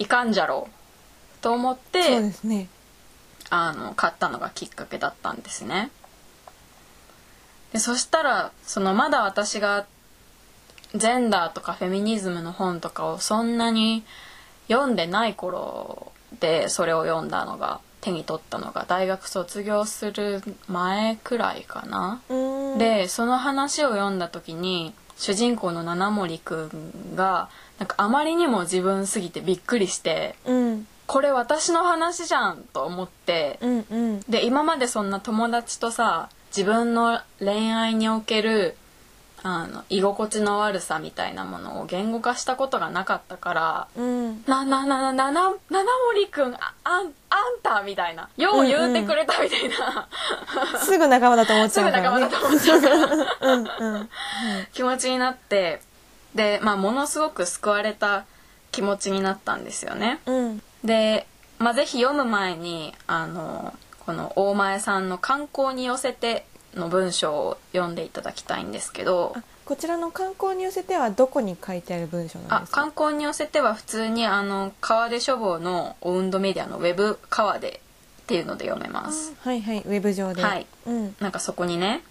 Speaker 1: いかんじゃろうと思っ
Speaker 2: そう
Speaker 1: て
Speaker 2: ですね
Speaker 1: あの買ったのがきっかけだったんですねでそしたらそのまだ私がジェンダーとかフェミニズムの本とかをそんなに読んでない頃でそれを読んだのが手に取ったのが大学卒業する前くらいかな
Speaker 2: うーん
Speaker 1: でその話を読んだ時に主人公の七森くんがなんかあまりにも自分すぎてびっくりして
Speaker 2: うん
Speaker 1: これ私の話じゃんと思って
Speaker 2: うんうん
Speaker 1: で今までそんな友達とさ自分の恋愛におけるあの居心地の悪さみたいなものを言語化したことがなかったから
Speaker 2: うん
Speaker 1: な、な、な、な、な、な、七森くん、あ、あん、あんたみたいな。よう言うてくれたみたいな、
Speaker 2: すぐ仲間だと思っち
Speaker 1: す
Speaker 2: ゃ
Speaker 1: ぐ
Speaker 2: うか
Speaker 1: 仲
Speaker 2: ら
Speaker 1: 間
Speaker 2: ね
Speaker 1: だと思っちゃうから。
Speaker 2: うんうん
Speaker 1: 気持ちになってで、まあ、ものすごく救われた気持ちになったんですよね。
Speaker 2: うん
Speaker 1: で、まあ、ぜひ読む前にあのこの大前さんの「観光に寄せて」の文章を読んでいただきたいんですけど
Speaker 2: あこちらの観光に寄せてはどこに書いてある文章なん
Speaker 1: あ
Speaker 2: ですか
Speaker 1: 観光に寄せては普通にあの川出書房のオウンドメディアのウェブ川出っていうので読めます。
Speaker 2: はいはいウェブ上では
Speaker 1: はい
Speaker 2: うん
Speaker 1: なんかそこにね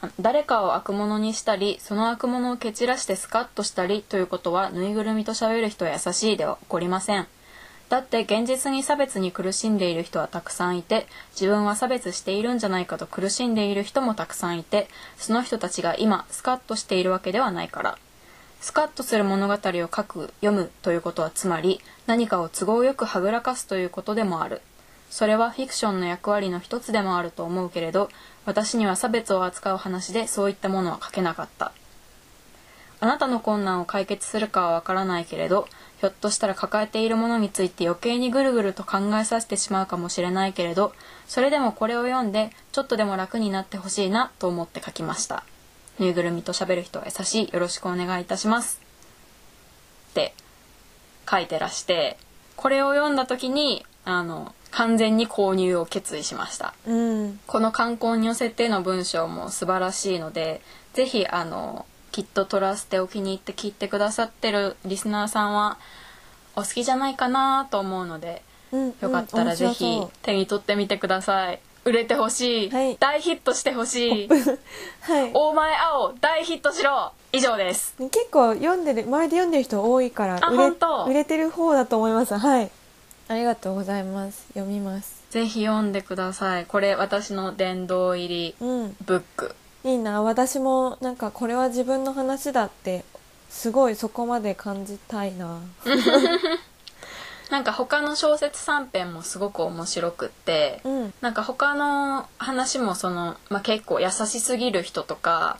Speaker 1: あ誰かを悪者にしたりその悪者を蹴散らしてスカッとしたりということはぬいぐるみと喋る人は優しいでは起こりませんだって現実に差別に苦しんでいる人はたくさんいて自分は差別しているんじゃないかと苦しんでいる人もたくさんいてその人たちが今スカッとしているわけではないからスカッとする物語を書く読むということはつまり何かを都合よくはぐらかすということでもあるそれはフィクションの役割の一つでもあると思うけれど私には差別を扱う話でそういったものは書けなかったあなたの困難を解決するかはわからないけれどひょっとしたら抱えているものについて余計にぐるぐると考えさせてしまうかもしれないけれどそれでもこれを読んでちょっとでも楽になってほしいなと思って書きましたぬいぐるみと喋る人は優しいよろしくお願いいたしますって書いてらしてこれを読んだ時にあの完全に購入を決意しました
Speaker 2: うん
Speaker 1: この観光に寄せての文章も素晴らしいのでぜひあのきっとトラステを気に入って聞いてくださってるリスナーさんはお好きじゃないかなと思うので
Speaker 2: うん
Speaker 1: よかったらぜ
Speaker 2: うん
Speaker 1: ひ
Speaker 2: 面白
Speaker 1: 手に取ってみてください売れてほしい、
Speaker 2: はい
Speaker 1: 大ヒットしてほしい
Speaker 2: そうはい
Speaker 1: 大前青大ヒットしろ以上です
Speaker 2: 結構読んでる周りで読んでる人多いから
Speaker 1: あ
Speaker 2: 売れ
Speaker 1: 本当
Speaker 2: 売れてる方だと思いますはいありがとうございます読みます
Speaker 1: ぜひ読んでくださいこれ私の殿堂入り
Speaker 2: うん
Speaker 1: ブック
Speaker 2: いいな私もなんかこれは自分の話だってすごいそこまで感じたいな
Speaker 1: なんか他の小説3編もすごく面白くって、
Speaker 2: うん
Speaker 1: なんか他の話もその、まあ、結構優しすぎる人とか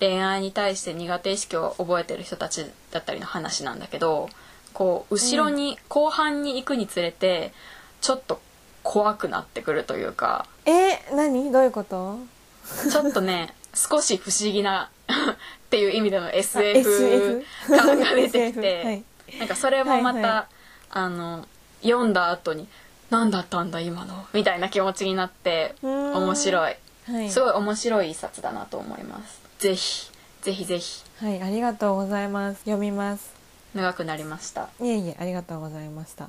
Speaker 1: 恋愛に対して苦手意識を覚えてる人たちだったりの話なんだけどこう後ろに、後半に行くにつれてちょっと怖くなってくるというか
Speaker 2: え何どういうこと
Speaker 1: ちょっとね少し不思議な っていう意味での
Speaker 2: SF
Speaker 1: SF 感が出てきて、
Speaker 2: はい
Speaker 1: なんかそれもまた、
Speaker 2: はいは
Speaker 1: あの読んだ後に「何だったんだ今の」みたいな気持ちになって
Speaker 2: うーん
Speaker 1: 面白い。
Speaker 2: はい
Speaker 1: すごい面白い一冊だなと思います。ぜひ、ぜひぜひ、
Speaker 2: はいありがとうございます読みます
Speaker 1: 長くなりました。
Speaker 2: いえいえありがとうございました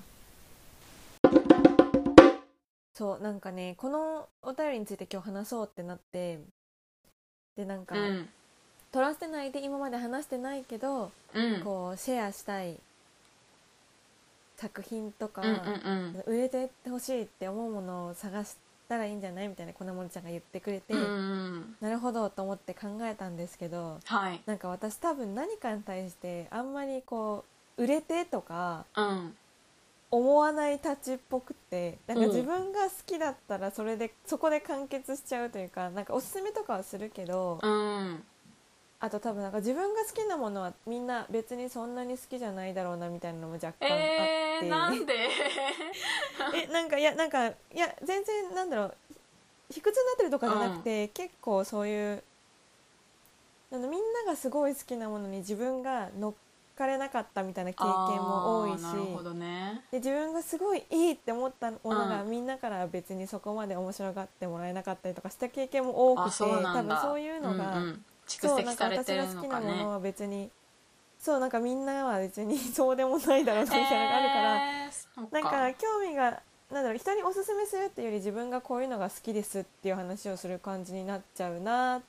Speaker 2: そうなんかねこのお便りについて今日話そうってなってでなんか、
Speaker 1: うん。
Speaker 2: 取らせてないで今まで話してないけど、
Speaker 1: うん。
Speaker 2: こうシェアしたい作品とか、
Speaker 1: うんうんうん。
Speaker 2: 売れてってほしいって思うものを探したらいいんじゃないみたいな粉森ちゃんが言ってくれて、
Speaker 1: うんうん。
Speaker 2: なるほどと思って考えたんですけど
Speaker 1: はい。
Speaker 2: なんか私多分何かに対してあんまりこう売れてとか
Speaker 1: うん。
Speaker 2: 思わないたちっぽくてなん
Speaker 1: う
Speaker 2: か
Speaker 1: ん
Speaker 2: 自分が好きだったらそれでそこで完結しちゃうというかなんかおすすめとかはするけど
Speaker 1: うん。
Speaker 2: あと多分なんか自分が好きなものはみんな別にそんなに好きじゃないだろうなみたいなのも若干あって、
Speaker 1: えー、なんで
Speaker 2: えなんかいやなんかいや全然なんだろう卑屈になってるとかじゃなくて、結構そういうあのみんながすごい好きなものに自分が乗っかれなかったみたい な経験も多い
Speaker 1: あーなるほ
Speaker 2: し
Speaker 1: どね。
Speaker 2: で自分がすごいいいって思ったものが、
Speaker 1: う
Speaker 2: みんなから別にそこまで面白がってもらえなかったりとかした経験も多
Speaker 1: あ、
Speaker 2: くて
Speaker 1: そうな
Speaker 2: 多
Speaker 1: んだ。
Speaker 2: 分そういうのが、
Speaker 1: んうん蓄
Speaker 2: そう
Speaker 1: 積
Speaker 2: なんか
Speaker 1: され
Speaker 2: 私
Speaker 1: て
Speaker 2: が
Speaker 1: るの
Speaker 2: 好きな
Speaker 1: か
Speaker 2: もの
Speaker 1: ね。
Speaker 2: は別にそうなんかみんなは別にそうでもないだろうなみたいなのがあるから。
Speaker 1: えー、そっ
Speaker 2: なん
Speaker 1: か。
Speaker 2: か興味がなんだろう人におすすめするっていうより自分がこういうのが好きですっていう話をする感じになっちゃうなっ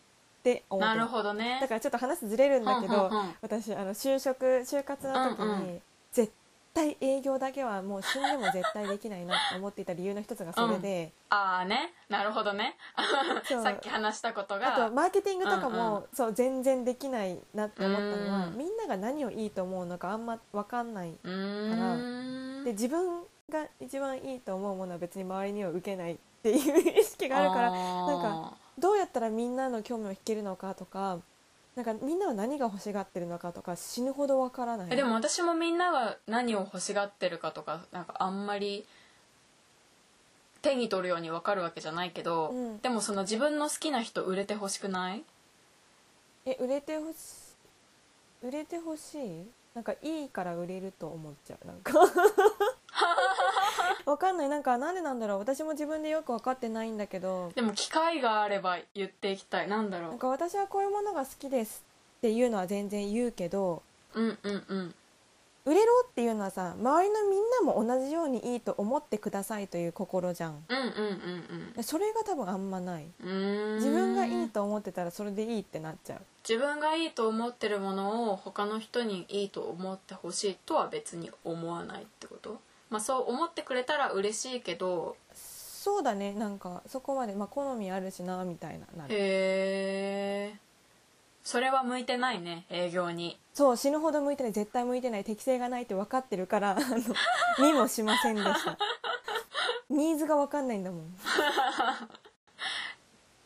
Speaker 2: て思って
Speaker 1: なるほどね。
Speaker 2: だからちょっと話ずれるんだけ
Speaker 1: う
Speaker 2: ど、
Speaker 1: んうんうん
Speaker 2: 私あの就職就活の時に、
Speaker 1: うんう
Speaker 2: 絶対営業だけはもう死んでも絶対できないなって思っていた理由の一つがそれで、
Speaker 1: あーね。なるほどね。
Speaker 2: そう
Speaker 1: さっき話したこと
Speaker 2: あと
Speaker 1: が。
Speaker 2: マーケティングとか
Speaker 1: う
Speaker 2: も、
Speaker 1: ん
Speaker 2: そう全然できないなって思ったのは、
Speaker 1: うん
Speaker 2: みんなが何をいいと思うのかあんま分かんないう
Speaker 1: ーん。
Speaker 2: で自分が一番いいと思うものは別に周りには受けないっていう意識があるからなんかどうやったらみんなの興味を引けるのかとかなんかみんなは何が欲しがってるのかとか死ぬほどわからない
Speaker 1: えでも私もみんなが何を欲しがってるかとかなんかあんまり手に取るように分かるわけじゃないけど、
Speaker 2: うん
Speaker 1: でもその自分の好きな人売れてほしくない
Speaker 2: え売れてほし売れてほしいなんかいいから売れると思っちゃうなんか わかんないなんかなんでなんだろう私も自分でよくわかってないんだけど
Speaker 1: でも機会があれば言っていきたいなんだ
Speaker 2: なん
Speaker 1: ろ
Speaker 2: か私はこういうものが好きですっていうのは全然言うけど
Speaker 1: ううんうんうん
Speaker 2: 売れろっていうのはさ周りのみんなも同じようにいいと思ってくださいという心じゃん
Speaker 1: うんうんうん
Speaker 2: それが多分あんまない
Speaker 1: うんうーん
Speaker 2: 自分がいいと思ってたらそれでいいってなっちゃう
Speaker 1: 自分がいいと思ってるものを他の人にいいと思ってほしいとは別に思わないってことまあそう思ってくれたら嬉しいけど
Speaker 2: そうだねなんかそこまでまあ好みあるしなみたいななる
Speaker 1: へえそれは向いてないね営業に
Speaker 2: そう死ぬほど向いてない絶対向いてない適性がないって分かってるからあの見もしません でしたニーズが分かんないんだもん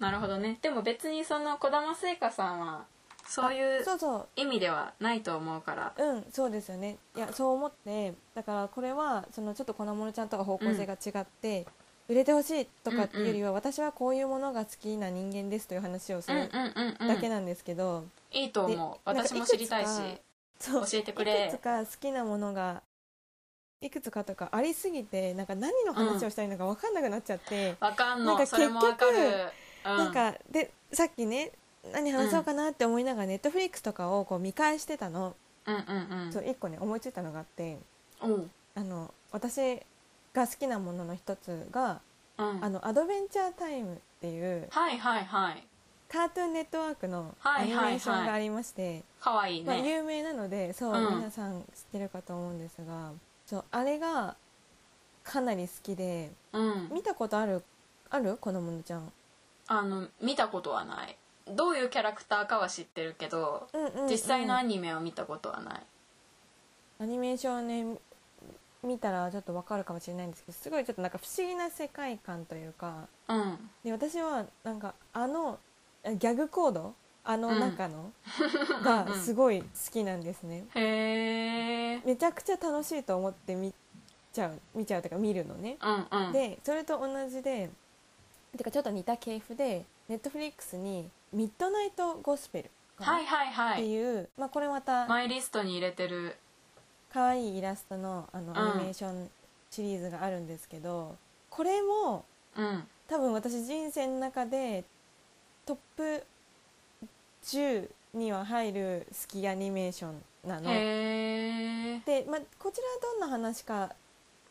Speaker 1: なるほどねでも別にその児玉製菓さんはそういう
Speaker 2: そうそ
Speaker 1: 意味ではないと思うから
Speaker 2: ううんそうですよねいやそう思ってだからこれはそのちょっと粉物ちゃんとか方向性が違って、売れてほしいとかっていうよりは、私はこういうものが好きな人間ですという話をす
Speaker 1: うんうん
Speaker 2: る
Speaker 1: うんうん
Speaker 2: だけなんですけど、
Speaker 1: いいと思う
Speaker 2: でなん
Speaker 1: 私
Speaker 2: か
Speaker 1: も知りたいし
Speaker 2: いくそう
Speaker 1: 教えてくれ
Speaker 2: いくつか好きなものがいくつかとかありすぎてなんか何の話をしたいのか分かんなくなっちゃって、
Speaker 1: わかん
Speaker 2: なんか
Speaker 1: のそれもわかる
Speaker 2: 結
Speaker 1: うん
Speaker 2: なんかでさっきね何話そうかなって思いながらネットフリックスとかをこう見返してたの、
Speaker 1: うんうん
Speaker 2: そう一個ね思いついたのがあって
Speaker 1: うんうん
Speaker 2: あの私が好きなものの一つが「
Speaker 1: うん
Speaker 2: あのアドベンチャータイム」っていう
Speaker 1: はいはいはい
Speaker 2: カートゥーンネットワークの
Speaker 1: は
Speaker 2: ア
Speaker 1: い
Speaker 2: ニメ
Speaker 1: はいはい
Speaker 2: ーションがありまして、
Speaker 1: 可愛い
Speaker 2: まあ、
Speaker 1: ね
Speaker 2: 有名なのでそう、
Speaker 1: うん
Speaker 2: 皆さん知ってるかと思うんですがそうあれがかなり好きで
Speaker 1: うん
Speaker 2: 見たことあるある子供のちゃん、
Speaker 1: あの見たことはないどういうキャラクターかは知ってるけど
Speaker 2: うんうんうん
Speaker 1: 実際のアニメを見たことはない
Speaker 2: アニメーションをね見たらちょっとわかるかもしれないんですけどすごいちょっとなんか不思議な世界観というか
Speaker 1: うん
Speaker 2: で私はなんかあのギャグコードあの中の、がすごい好きなんですね
Speaker 1: へえ
Speaker 2: めちゃくちゃ楽しいと思って見ちゃう見ちゃうというか見るのね
Speaker 1: うんうん
Speaker 2: でそれと同じでてかちょっと似た系譜でネットフリックスに「ミッドナイト・ゴスペル」
Speaker 1: はいはいは
Speaker 2: って
Speaker 1: い
Speaker 2: いう、まあ、これまた
Speaker 1: マイリストに入れてる
Speaker 2: 可愛いイラストのあ
Speaker 1: ん
Speaker 2: のアニメーションシリーズがあるんですけど、これも
Speaker 1: うん
Speaker 2: 多分私人生の中でトップ10には入る好きアニメーションなの。
Speaker 1: へえ
Speaker 2: で、まあ、こちらはどんな話か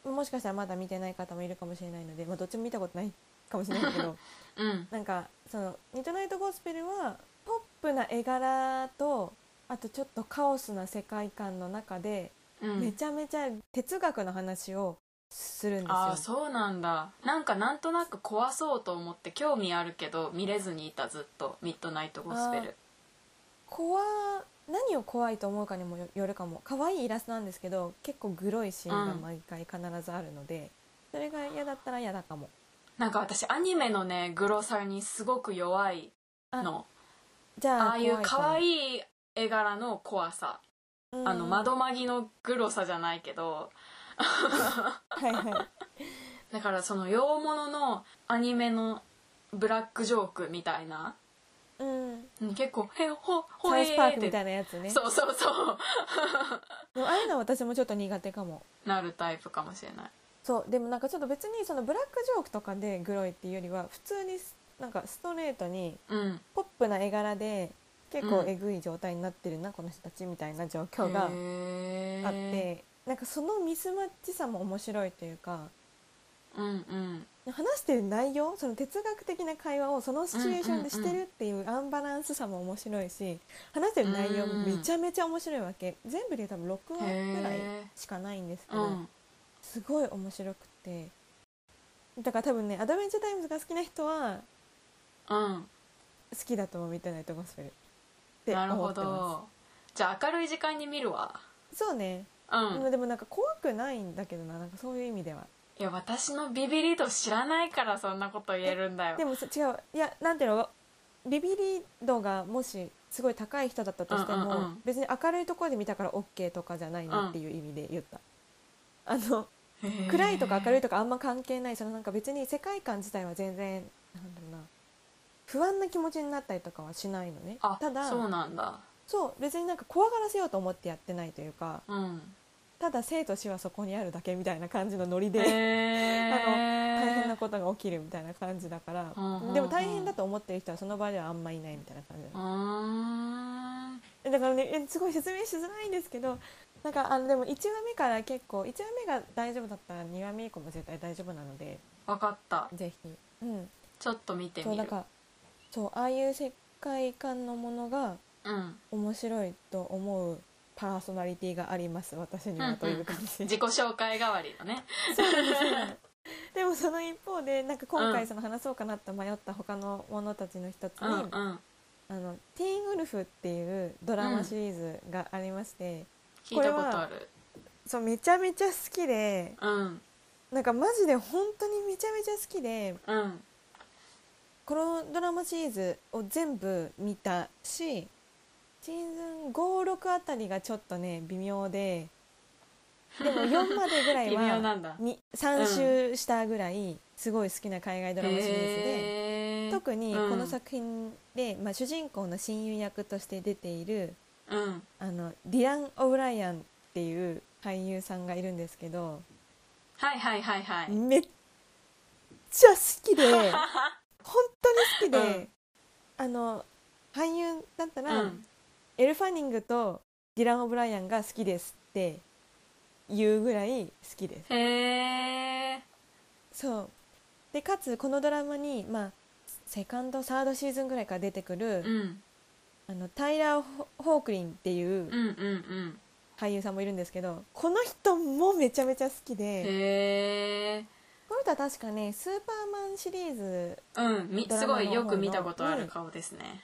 Speaker 2: もしかしたらまだ見てない方もいるかもしれないので、まあ、どっちも見たことないかもしれないけど
Speaker 1: うん
Speaker 2: なんかその「ミッドナイト・ゴスペル」はポップな絵柄とあとちょっとカオスな世界観の中で
Speaker 1: うん
Speaker 2: めちゃめちゃ哲学の話をするんですよ。
Speaker 1: ああそうなんだなんかなんとなく怖そうと思って興味あるけど見れずにいたずっとミッドナイトゴスペル
Speaker 2: 怖何を怖いと思うかにもよよるかも可愛いイラストなんですけど結構グロいシーンが毎回必ずあるので、それが嫌だったら嫌だかも
Speaker 1: なんか私アニメのねグロさにすごく弱いの
Speaker 2: じゃあ
Speaker 1: ああいう可
Speaker 2: い
Speaker 1: 愛い絵柄の怖さ
Speaker 2: かもうん
Speaker 1: あの窓まぎのグロさじゃないけど
Speaker 2: はいはい
Speaker 1: だからその洋物のアニメのブラックジョークみたいな
Speaker 2: うん
Speaker 1: うん結構「へほ ほ
Speaker 2: サ
Speaker 1: え
Speaker 2: ウスパークみ
Speaker 1: ー」
Speaker 2: た
Speaker 1: っ
Speaker 2: いなやつ
Speaker 1: て
Speaker 2: ね
Speaker 1: そうそうそう
Speaker 2: でもああいうのは私もちょっと苦手かも
Speaker 1: なるタイプかもしれない
Speaker 2: そうでもなんかちょっと別にそのブラックジョークとかでグロいっていうよりは普通にすなんかストレートに
Speaker 1: うん
Speaker 2: ポップな絵柄で結構
Speaker 1: うん
Speaker 2: えぐい状態になってるな、この人たちみたいな状況が
Speaker 1: へー
Speaker 2: あってなんかそのミスマッチさも面白いというか
Speaker 1: うんうん
Speaker 2: 話してる内容その哲学的な会話をそのシチュエーションでしてるっていうアンバランスさも面白いし話してる内容もめちゃめちゃ面白いわけ全部で多分6話ぐらいしかないんですけ
Speaker 1: う
Speaker 2: ど、
Speaker 1: ん
Speaker 2: すごい面白くてだから多分ね「アドベンチャータイムズ」が好きな人は
Speaker 1: うん
Speaker 2: 好きだと思うみたいなとゴスペルって
Speaker 1: なる
Speaker 2: 思
Speaker 1: ほ
Speaker 2: ってま
Speaker 1: どじゃあ明るい時間に見るわ
Speaker 2: すそうね、
Speaker 1: うん
Speaker 2: でもなんか怖くないんだけどななんかそういう意味ではい
Speaker 1: や私のビビリ度知らないからそんなこと言えるんだよ
Speaker 2: でもそ違ういやなんていうのビビり度がもしすごい高い人だったとしても、
Speaker 1: うんうんうん
Speaker 2: 別に明るいところで見たから OK とかじゃないなっていう意味で言った、あの
Speaker 1: へー
Speaker 2: 暗いとか明るいとかあんま関係ないそのなんか別に世界観自体は全然なんだろうな不安な気持ちになったりとかはしないのね
Speaker 1: あ
Speaker 2: ただ
Speaker 1: そうなんだ
Speaker 2: そう別になんか怖がらせようと思ってやってないというか
Speaker 1: うん
Speaker 2: ただ生と死はそこにあるだけみたいな感じのノリ
Speaker 1: へ
Speaker 2: で、あの大変
Speaker 1: え
Speaker 2: なことが起きるみたいな感じだから、
Speaker 1: うんうんうん
Speaker 2: でも大変だと思ってる人はその場ではあんまいないみたいな感じなの
Speaker 1: うーん
Speaker 2: えだからねえすごい説明しづらいんですけどなんかあのでも1話目から結構1話目が大丈夫だったら2話目以降も絶対大丈夫なので
Speaker 1: わかった
Speaker 2: ぜひ、うん、
Speaker 1: ちょっと見て
Speaker 2: そう
Speaker 1: み
Speaker 2: な
Speaker 1: る
Speaker 2: んかそうああいう世界観のものが
Speaker 1: うん
Speaker 2: 面白いと思うパーソナリティがあります私にはという感 じ、
Speaker 1: 自己紹介代わりのね
Speaker 2: でもその一方でなんか今
Speaker 1: う
Speaker 2: 回
Speaker 1: ん
Speaker 2: その話そうかなと迷った他のものたちの一つに、
Speaker 1: うんうん
Speaker 2: あのティーンウルフっていうドラマシリーズがありまして、
Speaker 1: 聞いたことある
Speaker 2: そうめちゃめちゃ好きで
Speaker 1: うん
Speaker 2: なんかマジで本当にめちゃめちゃ好きで
Speaker 1: うん
Speaker 2: このドラマシリーズを全部見たしシーズン56あたりがちょっとね微妙ででも4までぐらい
Speaker 1: 微妙な
Speaker 2: は
Speaker 1: んだ
Speaker 2: に3周したぐらいすごい好きな海外ドラマシリーズで。
Speaker 1: へー
Speaker 2: 特にこ
Speaker 1: う
Speaker 2: の
Speaker 1: ん
Speaker 2: 作品で、まあ、主人公の親友役として出ている
Speaker 1: うん
Speaker 2: あのディラン・オブライアンっていう俳優さんがいるんですけど、
Speaker 1: はいはいはいはい
Speaker 2: めっちゃ好き で本当に好きで、
Speaker 1: うん
Speaker 2: あの俳優だったら、
Speaker 1: うん
Speaker 2: エル・ファニングとディラン・オブライアンが好きですって言うぐらい好きです。
Speaker 1: へえ
Speaker 2: そうでかつこのドラマに、まあ、セカンドサードシーズンぐらいから出てくる、
Speaker 1: うん
Speaker 2: あのタイラー・ホホークリンっていう
Speaker 1: うんうんうん
Speaker 2: 俳優さんもいるんですけどこの人もめちゃめちゃ好きで
Speaker 1: へえ
Speaker 2: この人は確かね「スーパーマン」シリーズ
Speaker 1: うんみ
Speaker 2: ドラ
Speaker 1: すご
Speaker 2: マの方の
Speaker 1: いよく見たことあ
Speaker 2: う
Speaker 1: る
Speaker 2: ん
Speaker 1: 顔ですね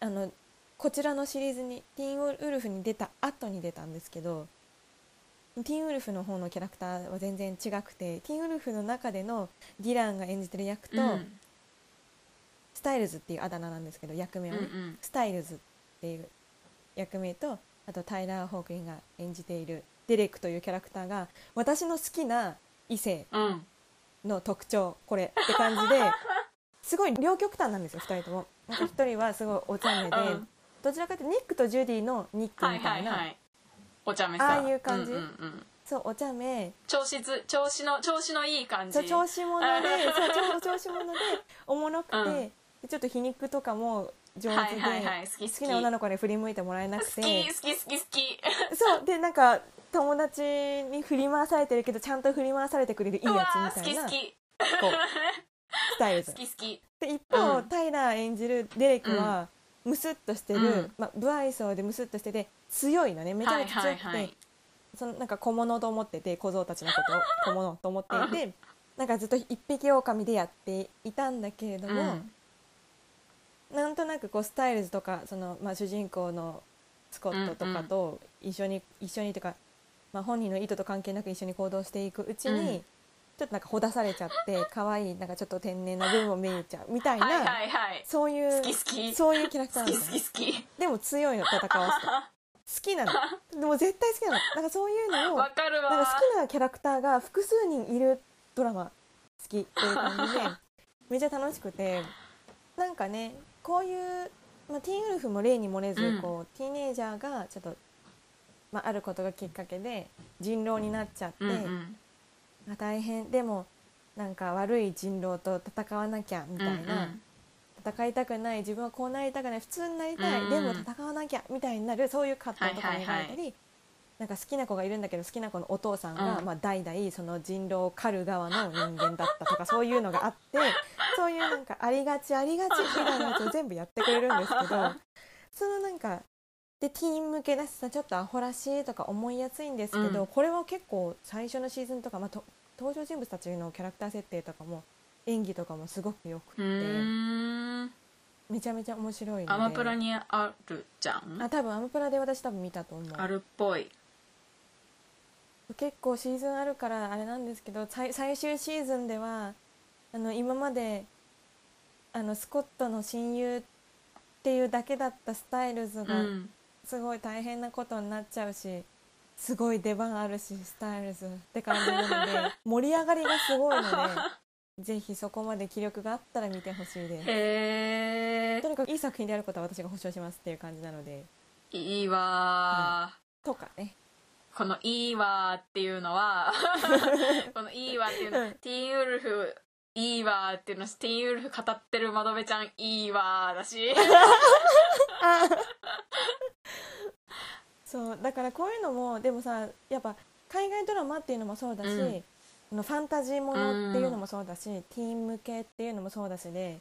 Speaker 2: あのこちらのシリーズに「ティーン・ウルフ」に出た後に出たんですけどティーン・ウルフの方のキャラクターは全然違くてティーン・ウルフの中でのディランが演じてる役と、
Speaker 1: うん
Speaker 2: スタイルズっていうあだ名なんですけど役名
Speaker 1: う
Speaker 2: を
Speaker 1: んう
Speaker 2: ね、
Speaker 1: ん
Speaker 2: スタイルズっていう役名とあとタイラー・ホークリンが演じているデレックというキャラクターが私の好きな異性
Speaker 1: うん
Speaker 2: の特徴これって感 じですごい両極端なんですよ2人ともなんか1人はすごいおちゃめで、
Speaker 1: うん
Speaker 2: どちらかというとニックとジュディのニック
Speaker 1: は
Speaker 2: み
Speaker 1: い
Speaker 2: た
Speaker 1: はいい
Speaker 2: な、
Speaker 1: はいお茶目さ
Speaker 2: ああいう感じ
Speaker 1: うんうんうん
Speaker 2: そうおちゃめ
Speaker 1: 調子ず調子の調子のいい感じ
Speaker 2: そう調子者でそう調調子者でおもろくて、
Speaker 1: うん
Speaker 2: でちょっと皮肉とかも上手で、
Speaker 1: はいはいはい好き好き
Speaker 2: 好きな女の子に振り向いてもらえな
Speaker 1: 好
Speaker 2: くて
Speaker 1: き好き好き好き
Speaker 2: そうでなんか友達に振り回されてるけどちゃんと振り回されてくれるいいう
Speaker 1: わ
Speaker 2: や
Speaker 1: ー
Speaker 2: つ
Speaker 1: 好
Speaker 2: みたい
Speaker 1: き
Speaker 2: な
Speaker 1: 好
Speaker 2: こ
Speaker 1: き
Speaker 2: うスタイルズ
Speaker 1: 好き好き
Speaker 2: で一方、
Speaker 1: うん
Speaker 2: タイラー演じるデレクは、ムスッとしてる、
Speaker 1: うん
Speaker 2: まあ、不愛想でムスッとしてて強いのねめちゃめちゃ強くて、
Speaker 1: はいはいはい
Speaker 2: そのなんか小物と思ってて小僧たちのことを 小物と思っていてなんかずっと一匹狼でやっていたんだけれども、
Speaker 1: うん
Speaker 2: なんとなくこうスタイルズとかその、まあ、主人公のスコットとかと一緒に、一緒にというか、まあ、本人の意図と関係なく一緒に行動していくうちに、
Speaker 1: うん
Speaker 2: ちょっとなんかほだされちゃって可愛いなんかちょっと天然な部分も見えちゃうみたいな、
Speaker 1: はいはいはい
Speaker 2: そうい
Speaker 1: 好
Speaker 2: う
Speaker 1: き好き
Speaker 2: そういうキャラクター
Speaker 1: 好
Speaker 2: な
Speaker 1: き
Speaker 2: の
Speaker 1: 好き好き
Speaker 2: でも強いの戦わ すと好きなのでも絶対好きなのなんかそういうのを
Speaker 1: わかるわ
Speaker 2: なんか好きなキャラクターが複数人いるドラマ好きっていう感 じでめちゃ楽しくてなんかねこういう、まあ、ティーンウルフも例に漏れず、
Speaker 1: うん
Speaker 2: こうティーネイジャーがちょっと、まあ、あることがきっかけで人狼になっちゃって、
Speaker 1: うんうん
Speaker 2: まあ、大変でもなんか悪い人狼と戦わなきゃみたいな、
Speaker 1: うん
Speaker 2: 戦いたくない自分はこうなりたくない普通になりたい、
Speaker 1: うん
Speaker 2: でも戦わなきゃみたいになるそういう葛藤とかも描いたり、
Speaker 1: はいはい
Speaker 2: なんか好きな子がいるんだけど好きな子のお父さんが、
Speaker 1: うん
Speaker 2: まあ、代々その人狼を狩る側の人間だったとかそういうのがあってそういうなんかありがちありがちみたいなやつを全部やってくれるんですけどそのなんかでティーン向けだしさちょっとアホらしいとか思いやすいんですけど、
Speaker 1: うん
Speaker 2: これは結構最初のシーズンとか、まあ、と登場人物たちのキャラクター設定とかも演技とかもすごくよくて。
Speaker 1: うーん
Speaker 2: めちゃめちゃ面白いので
Speaker 1: アマプラにあるじゃん
Speaker 2: あ多分アマプラで私多分見たと思
Speaker 1: あ
Speaker 2: う
Speaker 1: るっぽい
Speaker 2: 結構シーズンあるからあれなんですけど最最終シーズンではあの今まであのスコットの親友っていうだけだったスタイルズ
Speaker 1: う
Speaker 2: が
Speaker 1: ん
Speaker 2: すごい大変なことになっちゃうし、すごい出番あるしスタイルズって感じなので盛り上がりがすごいのでぜひそこまで気力があったら見てほしいです
Speaker 1: へえ
Speaker 2: とにかくいい作品であることは私が保証しますっていう感じなので
Speaker 1: いいわ
Speaker 2: とかね
Speaker 1: ーこの「いいわ」っていうの はこの「いいわ」っていうのティーンウルフいいわーっていうのティーンウルフ語ってる窓辺ちゃんいいわーだ し
Speaker 2: そうだからこういうのもでもさやっぱ海外ドラマっていうのもそうだし、
Speaker 1: うん
Speaker 2: あのファンタジーものっていうのもそうだし、ティーン向けっていうのもそうだしで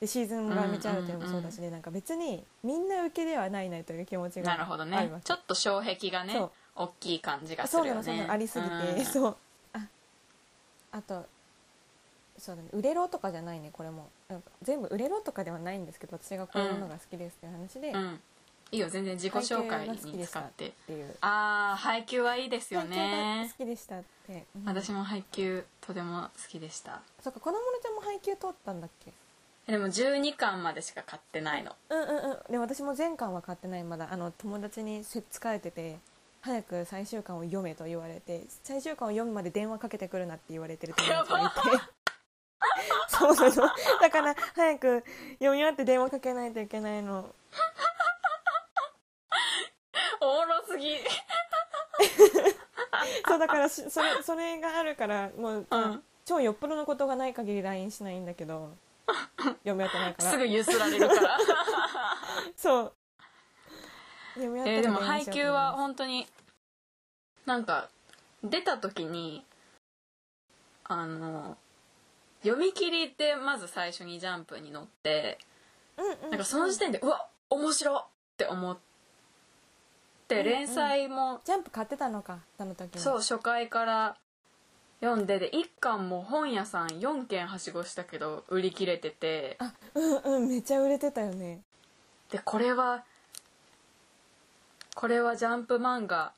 Speaker 2: でシーズンがめちゃあるっていうのもそうだしで、なんか別にみんな受けではないなという気持ちが
Speaker 1: な
Speaker 2: あり
Speaker 1: る
Speaker 2: ま
Speaker 1: ほ
Speaker 2: す
Speaker 1: どねちょっと障壁が
Speaker 2: そ
Speaker 1: ね
Speaker 2: う
Speaker 1: 大きい感じがす
Speaker 2: そう
Speaker 1: る
Speaker 2: な
Speaker 1: よ
Speaker 2: の
Speaker 1: ね
Speaker 2: そうなのありすぎて、
Speaker 1: うん
Speaker 2: そうああとそうだね売れろとかじゃないねこれもなんか全部売れろとかではないんですけど私がこういうものが好きですっていう話で、
Speaker 1: う
Speaker 2: っ
Speaker 1: んいいよ全然自己紹介に使 って
Speaker 2: ていう
Speaker 1: ああ配給はいいですよ
Speaker 2: 配給が
Speaker 1: ね
Speaker 2: 好きでしたって、うん
Speaker 1: 私も配給とても好きでした
Speaker 2: そっか子供のちゃんも配給通ったんだっけ
Speaker 1: でも12巻までしか買ってないの
Speaker 2: うんうんうんで私も前巻は買ってないまだあの友達にせっつかれてて早く最終巻を読めと言われて最終巻を読むまで電話かけてくるなって言われてる友達がいてそうなのだから早く読み終わって電話かけないといけないの
Speaker 1: おもろすぎ
Speaker 2: そうだからしそれそれがあるからもう、
Speaker 1: うん
Speaker 2: 超よっぽどのことがない限り LINE しないんだけど読み終わってないから
Speaker 1: すぐゆすられる から
Speaker 2: そう読み終わって
Speaker 1: えーでも
Speaker 2: から電話
Speaker 1: 配
Speaker 2: しよう
Speaker 1: 給
Speaker 2: と思い
Speaker 1: は
Speaker 2: ます
Speaker 1: 本当になんか出た時にあの読み切りでまず最初にジャンプに載って
Speaker 2: うんうん
Speaker 1: なんかその時点でうわ面白っって思って連載も
Speaker 2: ジャンプ買ってたのかその時に
Speaker 1: そう初回から読んでで1巻も本屋さん4軒はしごしたけど売り切れてて
Speaker 2: あうんうんめちゃ売れてたよね
Speaker 1: でこれはこれはジャンプ漫画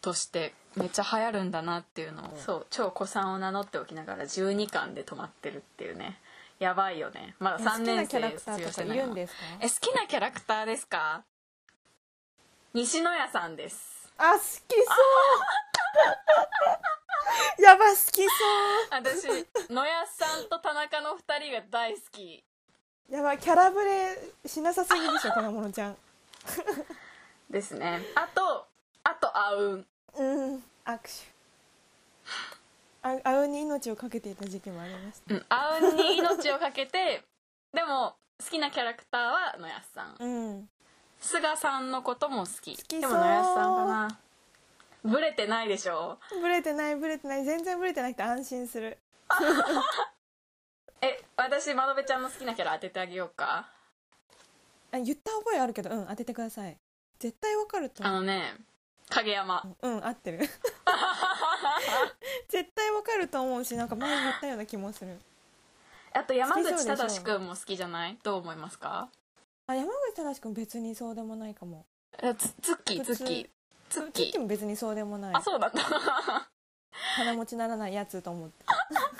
Speaker 1: としてめっちゃ流行るんだなっていうのを、そう超子さんを名乗っておきながら12巻で止まってるっていうねやばいよねまだ
Speaker 2: 好
Speaker 1: 3
Speaker 2: きな
Speaker 1: 年
Speaker 2: キャラ
Speaker 1: 生
Speaker 2: クター
Speaker 1: 卒業
Speaker 2: と
Speaker 1: し
Speaker 2: か
Speaker 1: て
Speaker 2: い
Speaker 1: ない
Speaker 2: るん
Speaker 1: の
Speaker 2: ですか
Speaker 1: え好きなキャラクターですか西野屋さん です
Speaker 2: あ好きそう やば好きそ
Speaker 1: 私野屋さんと田中の2人が大好き
Speaker 2: うやばキャラブレしなさすぎで しょこのものちゃん
Speaker 1: ですねあとあとあうん
Speaker 2: うん握手ああうんに命をかけていた時期もありました
Speaker 1: うんあうんに命をかけて でも好きなキャラクターは野安さん
Speaker 2: うん
Speaker 1: 菅さんのことも好き
Speaker 2: きそう
Speaker 1: でも野安さんかなブレてないでしょ
Speaker 2: ブレてないブレてない全然ブレてなくて安心する
Speaker 1: え私窓辺ちゃんの好きなキャラ当ててあげようか
Speaker 2: あ言った覚えあるけどうん当ててください絶対わかると
Speaker 1: あ
Speaker 2: 思う
Speaker 1: のね影山
Speaker 2: うん合って る絶対わかると思うしなんか前言ったような気もする
Speaker 1: あと山
Speaker 2: 好き
Speaker 1: 口
Speaker 2: そうでし
Speaker 1: 忠
Speaker 2: ょ
Speaker 1: くんも好きじゃないどう思いますか
Speaker 2: あ山口正君別にそうでもないかも
Speaker 1: えつツッキー
Speaker 2: 普通
Speaker 1: ツッキーツッ
Speaker 2: キッキ
Speaker 1: キー
Speaker 2: も別にそうでもない
Speaker 1: あそうなんだ
Speaker 2: 鼻持ちならないやつと思って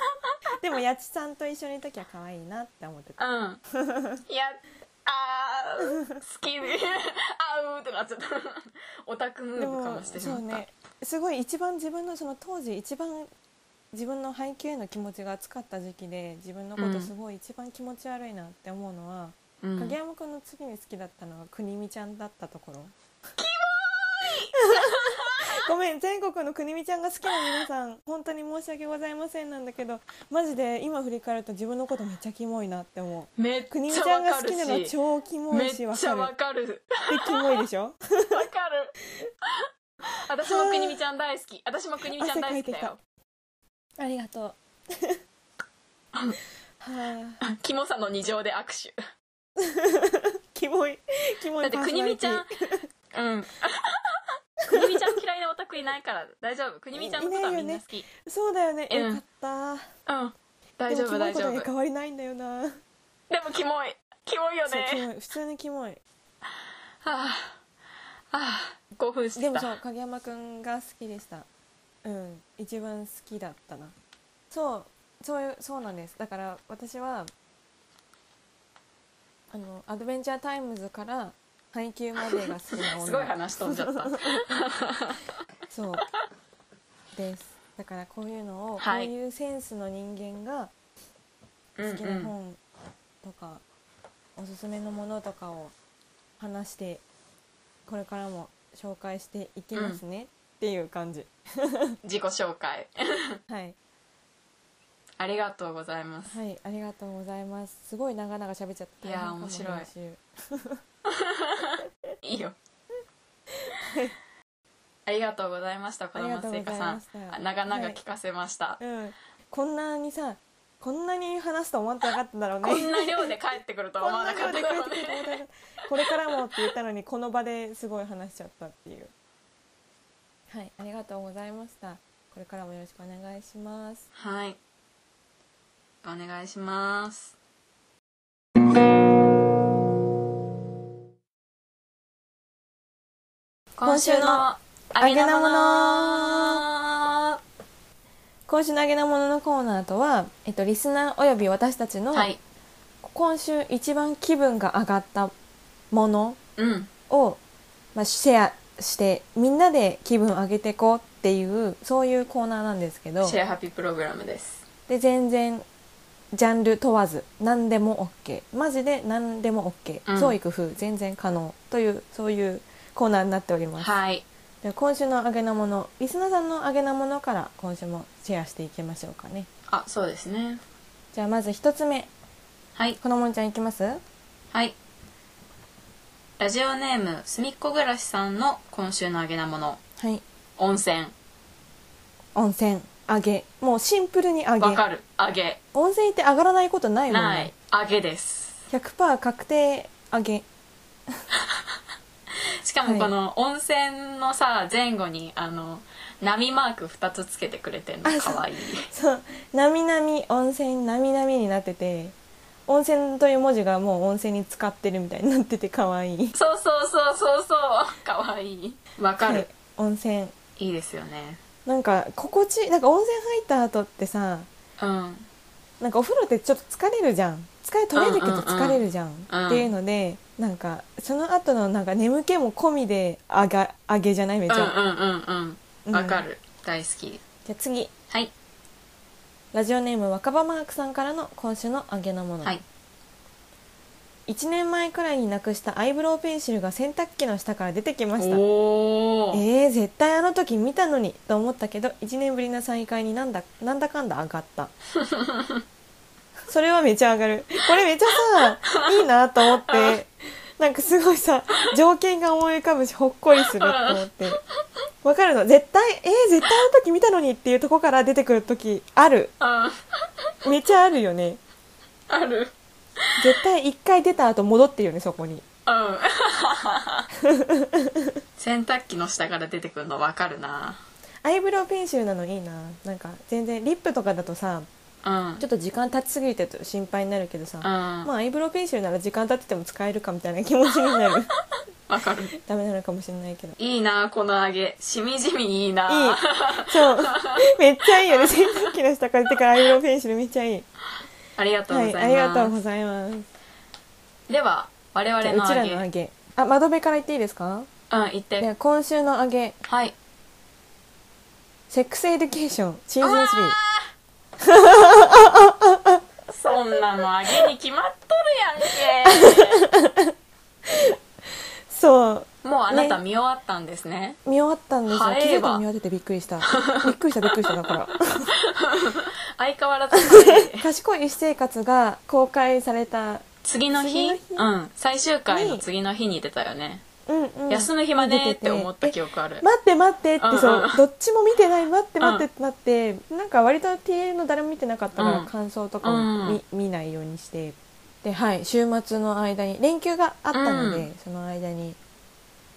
Speaker 2: でもやちさんと一緒にいる時は可愛いなって思って た
Speaker 1: うんいやあー好き であうーってなっちゃったオタクム
Speaker 2: で
Speaker 1: ーブか
Speaker 2: も
Speaker 1: もしてし
Speaker 2: そ
Speaker 1: ま
Speaker 2: う
Speaker 1: った、
Speaker 2: ねすごい一番自分のその当時一番自分の配給への気持ちが熱かった時期で自分のことすごい一番気持ち悪いなって思うのは、
Speaker 1: うん
Speaker 2: 影山君の次に好きだったのは国見ちゃんだったところ キモいごめん全国の国見ちゃんが好きな皆さん本当に申し訳ございませんなんだけどマジで今振り返ると自分のことめっちゃキモいなって思う
Speaker 1: めっ
Speaker 2: 国見
Speaker 1: ち
Speaker 2: ち
Speaker 1: ゃ
Speaker 2: ゃんが
Speaker 1: わか
Speaker 2: 好
Speaker 1: る
Speaker 2: き
Speaker 1: し
Speaker 2: なの超キモ
Speaker 1: め
Speaker 2: い
Speaker 1: っ
Speaker 2: しわ
Speaker 1: ちゃ
Speaker 2: かる
Speaker 1: わかる
Speaker 2: でキモいでしょ
Speaker 1: わかる 私もくにみちゃん大好き私もくにみちゃん大好きだよ
Speaker 2: あり がとうはあ、
Speaker 1: キモさの二乗で握 手
Speaker 2: キモいキモい
Speaker 1: だって
Speaker 2: パー
Speaker 1: く
Speaker 2: ソナ
Speaker 1: にみ
Speaker 2: リ
Speaker 1: ち
Speaker 2: ティ
Speaker 1: ゃんうん くにみちゃん嫌いなオタクいないから大丈夫くにみちゃんのことはみんな好き、
Speaker 2: そうだよね、
Speaker 1: うん
Speaker 2: よかった
Speaker 1: うん大丈夫大
Speaker 2: でも
Speaker 1: 丈夫
Speaker 2: キモいことに
Speaker 1: で
Speaker 2: は変わりないんだよな
Speaker 1: もキモいキモいよ
Speaker 2: そうキ
Speaker 1: ね
Speaker 2: モい普通にキモい
Speaker 1: はあはあ興奮してき
Speaker 2: で
Speaker 1: た
Speaker 2: もそう影山くんが好きでしたうん一番好きだったなそうそういうそうなんですだから私はあのアドベンチャータイムズから配給までが好きな 女
Speaker 1: すごい話飛んじゃった
Speaker 2: そうですだからこういうのを、
Speaker 1: はい
Speaker 2: こういうセンスの人間が
Speaker 1: うんうん
Speaker 2: 好きな本とかおすすめのものとかを話してこれからも紹介していきますね、っていう感じ
Speaker 1: 自己紹介
Speaker 2: はい
Speaker 1: ありがとうございます
Speaker 2: はいありがとうございますすごい長々喋っちゃった
Speaker 1: いやー
Speaker 2: 大変かも
Speaker 1: 面白い
Speaker 2: 編集
Speaker 1: いいよありがとうございました小玉聖華さ
Speaker 2: ありがとうございま
Speaker 1: ん
Speaker 2: した
Speaker 1: あ長々聞かせました、
Speaker 2: うんこんなにさこんなに話すと思ってなかったんだろうね
Speaker 1: こんな量で帰ってくるとは思わなかったからね
Speaker 2: ねこれからもって言ったのにこの場ですごい話しちゃったっていうはいありがとうございましたこれからもよろしくお願いします
Speaker 1: はいお願いします今週のあげなもの
Speaker 2: 今週のあげなもののコーナーとは、えっと、リスナーおよび私たちの、
Speaker 1: はい
Speaker 2: 今週一番気分が上がったもの
Speaker 1: うん
Speaker 2: を、まあ、シェアしてみんなで気分上げてこうっていうそういうコーナーなんですけど
Speaker 1: シェアハピプログラムです
Speaker 2: で全然ジャンル問わず何でも OK マジで何でも OK、
Speaker 1: うん
Speaker 2: 創意工夫全然可能というそういうコーナーになっております、
Speaker 1: はい
Speaker 2: では今週のあげなものリスナーさんのあげなものから今週もシェアしていきましょうかね
Speaker 1: あそうですね
Speaker 2: じゃあまず一つ目
Speaker 1: はい
Speaker 2: このもんちゃんいきます
Speaker 1: はいラジオネームすみっこ暮らしさんの今週のあげなもの
Speaker 2: はい
Speaker 1: 温泉
Speaker 2: 温泉あげもうシンプルにあげ
Speaker 1: わかるあげ
Speaker 2: 温泉行って上がらないことないもん
Speaker 1: な
Speaker 2: ね
Speaker 1: いあげです
Speaker 2: 100%確定あげ
Speaker 1: しかもこの温泉のさ前後にあの波マーク2つつけてくれてんの
Speaker 2: あ
Speaker 1: か
Speaker 2: そう
Speaker 1: わいい
Speaker 2: そう「なみなみ温泉なみなみ」になってて温泉という文字がもう温泉に使ってるみたいになってて可愛い
Speaker 1: そうそうそうそうそうかわいいわかる、
Speaker 2: はい温泉
Speaker 1: い、いですよね
Speaker 2: なんか心地いいなんか温泉入った後ってさ
Speaker 1: うん
Speaker 2: なんかお風呂ってちょっと疲れるじゃん疲れ取れるけど疲れるじゃん,、
Speaker 1: うん
Speaker 2: っていうのでなんかその後のなんか眠気も込みであがあげじゃないめっ
Speaker 1: う
Speaker 2: ち
Speaker 1: ん
Speaker 2: ゃ、
Speaker 1: うんうんう
Speaker 2: うんん
Speaker 1: わかる、大好き
Speaker 2: じゃあ次
Speaker 1: はい
Speaker 2: ラジオネーム若葉マークさんからの今週のあげのもの、
Speaker 1: はい
Speaker 2: 1年前くらいになくしたアイブロウペンシルが洗濯機の下から出てきました
Speaker 1: おお
Speaker 2: えー、絶対あの時見たのにと思ったけど1年ぶりの再会になんだなんだかんだ上がった それはめちゃ上がるこれめちゃ さいいなと思ってなんかすごいさ情景が思い浮かぶしほっこりすると思って わかるの絶対えー、絶対あの時見たのにっていうとこから出てくる時ある
Speaker 1: あ
Speaker 2: めちゃあるよね
Speaker 1: ある
Speaker 2: 絶対一回出た後戻ってるよねそこに
Speaker 1: うん洗濯機の下から出てくるのわかるな
Speaker 2: アイブロウペンシルなのいいななんか全然リップとかだとさ
Speaker 1: うんうん
Speaker 2: ちょっと時間経ちすぎてと心配になるけどさ、ま
Speaker 1: わ
Speaker 2: あアイブロウペンシルなら時間経ってても使えるかみたいな気持ちにな る
Speaker 1: かる
Speaker 2: ダメなのかもしれないけどい
Speaker 1: いいなこの揚げしみじみいいない
Speaker 2: そうめっちゃいいよね洗濯機の下から出てからアイブロウペンシルめっちゃいい
Speaker 1: ありがとう
Speaker 2: は
Speaker 1: ござい
Speaker 2: い
Speaker 1: ます、
Speaker 2: ありがとうございます
Speaker 1: では我
Speaker 2: じゃ
Speaker 1: 々
Speaker 2: あうち
Speaker 1: の
Speaker 2: ら
Speaker 1: 揚げ
Speaker 2: のあげあ窓辺から言っていいですか
Speaker 1: うん言っ
Speaker 2: で
Speaker 1: て
Speaker 2: は今週のあげ
Speaker 1: はい
Speaker 2: セックスエデュケーションシーズン3
Speaker 1: そんなの揚げに決まっとる やんけ
Speaker 2: そう
Speaker 1: もうあなた見終わったんですね
Speaker 2: 見終わったんですよ気
Speaker 1: 早いわ
Speaker 2: づいたら見終わっててびっく りしたびっくりしたびっくりしただから
Speaker 1: 相変わらずね、
Speaker 2: 賢い私生活が公開された
Speaker 1: 次の日
Speaker 2: 次の日
Speaker 1: うん最終回の次の日に出たよね、
Speaker 2: うんうん
Speaker 1: 休む暇ねーって思った記
Speaker 2: 憶
Speaker 1: 憶ある
Speaker 2: 待って待ってってそう、
Speaker 1: うんうん
Speaker 2: どっちも見てない待って
Speaker 1: うん
Speaker 2: 待ってってなって、なんか割と TA の誰も見てなかったから、
Speaker 1: うん
Speaker 2: 感想とかも見,、見ないようにしてではい週末の間に連休があったので、
Speaker 1: うん
Speaker 2: その間に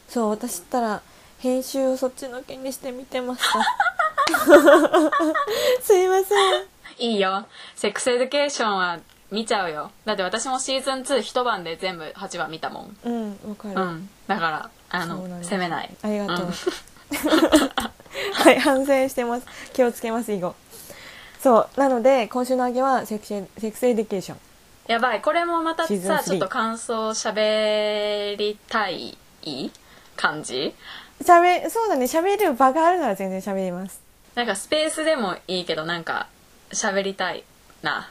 Speaker 2: そう私ったら編集をそっちのけにして見てました すいません
Speaker 1: いいよセックスエデュケーションは見ちゃうよだって私もシーズン2一晩で全部8話見たもん
Speaker 2: うんわかる、
Speaker 1: うんだからあ
Speaker 2: そうなん
Speaker 1: の
Speaker 2: です
Speaker 1: 責めない
Speaker 2: ありがとう、
Speaker 1: うん
Speaker 2: はい反省してます気をつけます以後そうなので今週のあげはセクシーセックスエデュケーション
Speaker 1: やばいこれもまた
Speaker 2: シーズン
Speaker 1: さ
Speaker 2: 3
Speaker 1: ちょっと感想しゃべりたい感じ
Speaker 2: しゃべそうだね喋る場があるなら全然喋ります
Speaker 1: なんかスペースでもいいけどなんか喋りたいな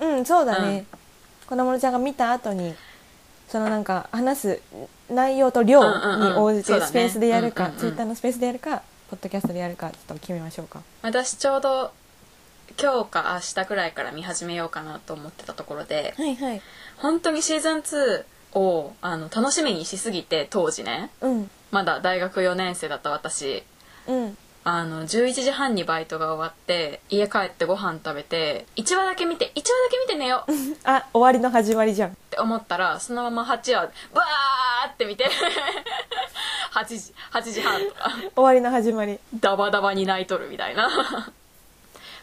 Speaker 2: うんそうだね、
Speaker 1: うん
Speaker 2: 子供のちゃんが見た後にそのなんか話す内容と量に応
Speaker 1: うんうんう
Speaker 2: じ
Speaker 1: んそうだ
Speaker 2: て
Speaker 1: ね
Speaker 2: スペースでやるか、
Speaker 1: うんうんうん
Speaker 2: ツイッターのスペースでやるかポッドキャストでやるかちょっと決めましょうか
Speaker 1: 私ちょうど今日か明日くらいから見始めようかなと思ってたところで
Speaker 2: はいはい
Speaker 1: 本当にシーズン2をあの楽しみにしすぎて当時ね
Speaker 2: うん
Speaker 1: まだ大学4年生だった私
Speaker 2: うん
Speaker 1: あの11時半にバイトが終わって家帰ってご飯食べて1話だけ見て1話だけ見て寝ようっ
Speaker 2: あ終わりの始まりじゃん
Speaker 1: て思ったらそのまま8話バーって見て 8, 時8時半とか
Speaker 2: 終わりの始まり
Speaker 1: ダバダバに泣いとるみたいな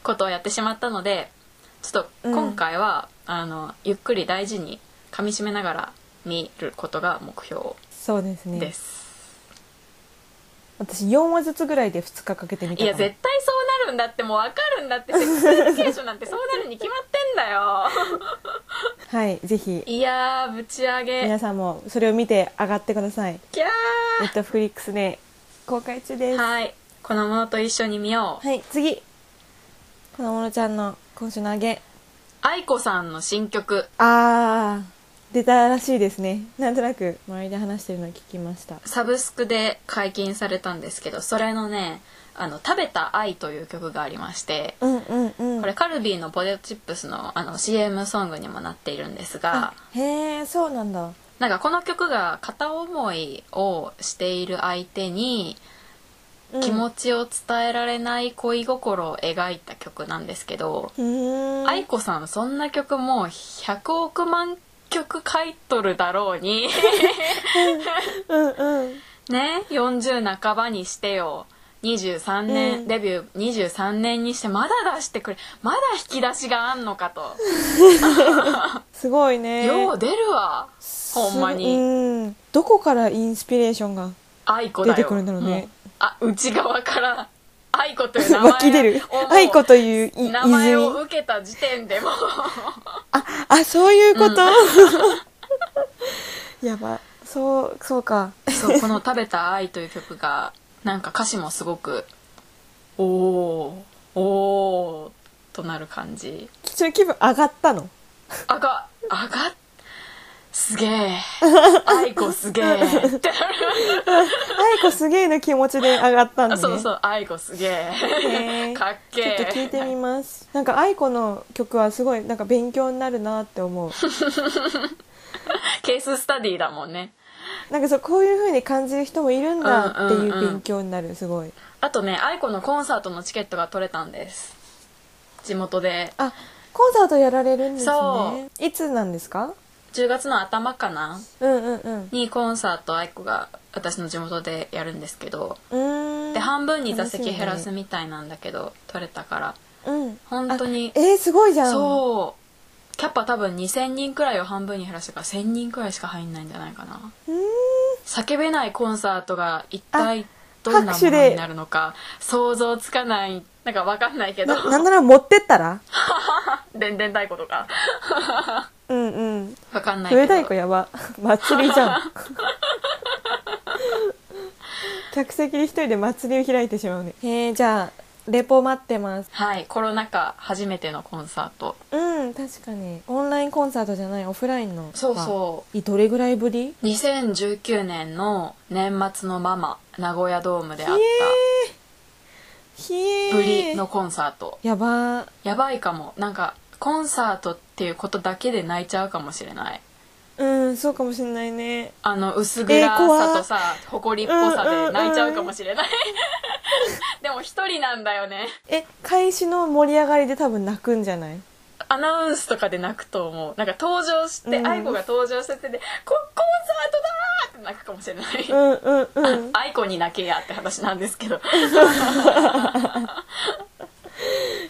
Speaker 1: ことをやってしまったのでちょっと今回は、あのゆっくり大事に噛みしめながら見ることが目標
Speaker 2: そうですね
Speaker 1: です、
Speaker 2: 私4話ずつぐらいで2日かけてみた
Speaker 1: い
Speaker 2: か
Speaker 1: や
Speaker 2: も
Speaker 1: 絶対そうなるんだってもうわかるん だってセックスエデュケーションなんてそうなるに決まってんだよ
Speaker 2: はいぜひ
Speaker 1: いやーぶち上げ
Speaker 2: 皆さんもそれを見て上がってください
Speaker 1: キャ
Speaker 2: ネットフリックスで公開中で
Speaker 1: ー
Speaker 2: す
Speaker 1: はいこのものと一緒に見よう
Speaker 2: はい次子供のちゃんの今週のあげ
Speaker 1: 愛子さんの新曲
Speaker 2: あー出たらしいですねなんとなく周りで話してるのを聞きました
Speaker 1: サブスクで解禁されたんですけどそれのねあの「食べた愛」という曲がありまして
Speaker 2: うんうんうん
Speaker 1: これカルビーのポテトチップスのあの CM ソングにもなっているんですが
Speaker 2: あへえそうなんだ
Speaker 1: なんかこの曲が片思いをしている相手に
Speaker 2: うん
Speaker 1: 気持ちを伝えられない恋心を描いた曲なんですけど、
Speaker 2: うーん
Speaker 1: 愛子さんそんな曲もう100億万曲書いとるだろう に
Speaker 2: うんうん
Speaker 1: ね40半ばにしてよ23年、
Speaker 2: うん
Speaker 1: デビュー23年にしてまだ出してくれまだ引き出しがあんのかと、
Speaker 2: すごいね
Speaker 1: よう出るわほんまに
Speaker 2: すうんどこからインスピレーションが
Speaker 1: 愛子だよ
Speaker 2: 出てくるんだろうね
Speaker 1: もあ内側から愛子という名前を
Speaker 2: 湧き出る
Speaker 1: もう
Speaker 2: 愛子というい泉
Speaker 1: 名前を受けた時点でもう
Speaker 2: あそういうこと、 やばそうそうか
Speaker 1: そうこの「食べた愛」という曲がなんか歌詞もすごく「おーおー」となる感じ
Speaker 2: ちょっと気分上がったの
Speaker 1: あがあがすげえ愛子すげえって
Speaker 2: 愛子すげえの気持ちで上がったんだ、ね、
Speaker 1: そうそう愛子すげ
Speaker 2: へ
Speaker 1: え
Speaker 2: ー
Speaker 1: かっけ
Speaker 2: ちょっ
Speaker 1: え
Speaker 2: と聞いてみますなんか愛子の曲はすごいなんか勉強になるなっ て思う
Speaker 1: ケーススタディだもんね
Speaker 2: なんかそうこういう風に感じる人もいるんだっていう
Speaker 1: うんうんうん
Speaker 2: 勉強になるすごい
Speaker 1: あとね愛子のコンサートのチケットが取れたんです地元で
Speaker 2: あコンサートやられるんです
Speaker 1: そ
Speaker 2: ねいつなんですか
Speaker 1: 10月の頭かな
Speaker 2: うんうんうん
Speaker 1: にコンサート愛子が私の地元でやるんですけど
Speaker 2: うーん
Speaker 1: で半分に座席減
Speaker 2: 楽しみだね
Speaker 1: らすみたいなんだけど取れたから
Speaker 2: うん
Speaker 1: 本当に
Speaker 2: あえー、すごいじゃん
Speaker 1: そうキャパ多分2,000人くらいを半分に減らしたから1,000人くらいしか入んないんじゃないかな
Speaker 2: うーん
Speaker 1: 叫べないコンサートが一体どんな
Speaker 2: 拍
Speaker 1: も
Speaker 2: 手で
Speaker 1: のになるのか想像つかないなんかわかんないけど
Speaker 2: ななんなら持ってったら
Speaker 1: でんでん太鼓とか
Speaker 2: うんうん
Speaker 1: わかんないけ
Speaker 2: 笛太
Speaker 1: ど
Speaker 2: 鼓やば祭りじ ゃん客席で一人で祭りを開いてしまうねへえじゃあレポ待ってます
Speaker 1: はいコロナ禍初めてのコンサート
Speaker 2: うん確かにオンラインコンサートじゃないオフラインの
Speaker 1: そうそう
Speaker 2: うどれぐらいぶり
Speaker 1: 2019年の年末のママ名古屋ドームであっ
Speaker 2: ひえ
Speaker 1: たぶりのコンサート
Speaker 2: やばー
Speaker 1: やばいかもなんかコンサートっていうことだけで泣いちゃうかもしれない
Speaker 2: うんそうかもしんないね
Speaker 1: あの薄暗さとさ、誇りっぽさで泣いちゃうかもしれない でも一人なんだよね
Speaker 2: え開始の盛り上がりで多分泣くんじゃない
Speaker 1: アナウンスとかで泣くと思うなんか登場して、
Speaker 2: うん
Speaker 1: 愛子が登場しててで「こコンサートだ!」って泣くかもしれな
Speaker 2: う
Speaker 1: い
Speaker 2: んうんうん
Speaker 1: 愛子に泣けやって話なんですけど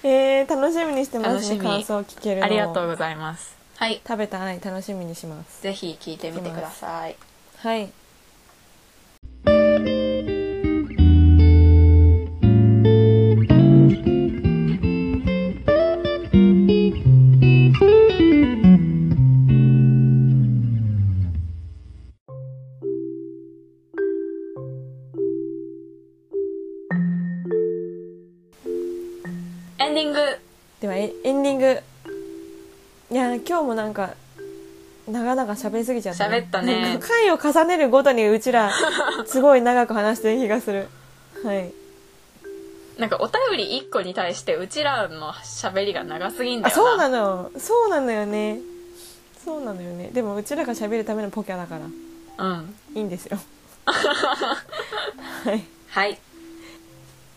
Speaker 2: えー、楽しみにしてま
Speaker 1: 楽
Speaker 2: す
Speaker 1: し
Speaker 2: ね
Speaker 1: み
Speaker 2: 感想を聞けるのを
Speaker 1: ありがとうございますはい
Speaker 2: 食べた愛楽しみにします
Speaker 1: ぜひ聞いてみてください
Speaker 2: はい
Speaker 1: エンディング
Speaker 2: ではエエンディングいや今日もなんか長々喋りすぎちゃった、
Speaker 1: 喋ったね
Speaker 2: なんか回を重ねるごとにうちらすごい長く話してる気がするはい
Speaker 1: なんかお便り1個に対してうちらの喋りが長すぎんだ
Speaker 2: あ
Speaker 1: よ
Speaker 2: そうな
Speaker 1: な
Speaker 2: のそうなのよねそうなのよねでもうちらが喋るためのポキャだから
Speaker 1: うん
Speaker 2: いい んですよはい
Speaker 1: はい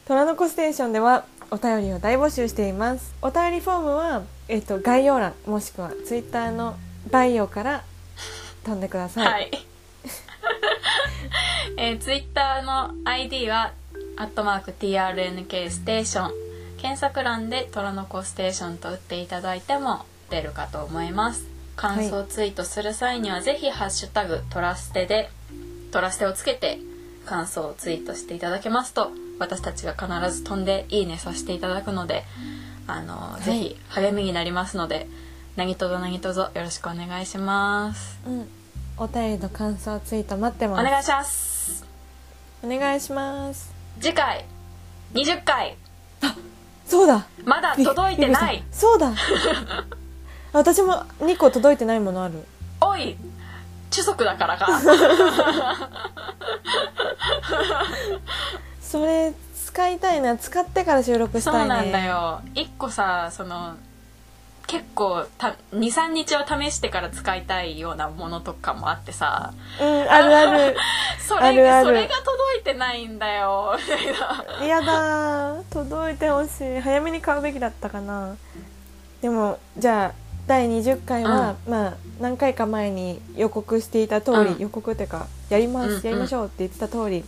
Speaker 2: 虎の子ステーションではお便りを大募集していますお便りフォームは、えっと、概要欄もしくはツイッターのバイオから飛んでください、
Speaker 1: はい。 えー、ツイッターの ID は、アットマーク TRNK ステーション。検索欄で虎の子ステーションと打っていただいても出るかと思います。感想ツイートする際には、ぜひハッシュタグトラステで、トラステをつけて感想をツイートしていただけますと、私たちが必ず飛んでいいねさせていただくので、あの、
Speaker 2: い
Speaker 1: ぜひ励みになりますので、何とぞ何とぞよろしくお願いします。
Speaker 2: うん、お便りの感想ツイート待って
Speaker 1: お
Speaker 2: ます
Speaker 1: 願いします
Speaker 2: お願いします
Speaker 1: 次回20回
Speaker 2: そうだ
Speaker 1: まだ届いてな
Speaker 2: びっくりし
Speaker 1: い
Speaker 2: たそうだ 私も2個届いてないものある
Speaker 1: おい中足だから か
Speaker 2: それ使いたいな使ってから収録し
Speaker 1: そう
Speaker 2: たいね
Speaker 1: なんだよ1個さその結構23日を試してから使いたいようなものとかもあってさ
Speaker 2: うんあるある
Speaker 1: それ
Speaker 2: あるある
Speaker 1: それが届いてないんだ よ
Speaker 2: やだー届いてほしい早めに買うべきだったかなでもじゃあ第20回は、まあ何回か前に予告していた通り、
Speaker 1: うん
Speaker 2: 予告っていうかやります、
Speaker 1: うんうん
Speaker 2: やりましょうって言ってた通り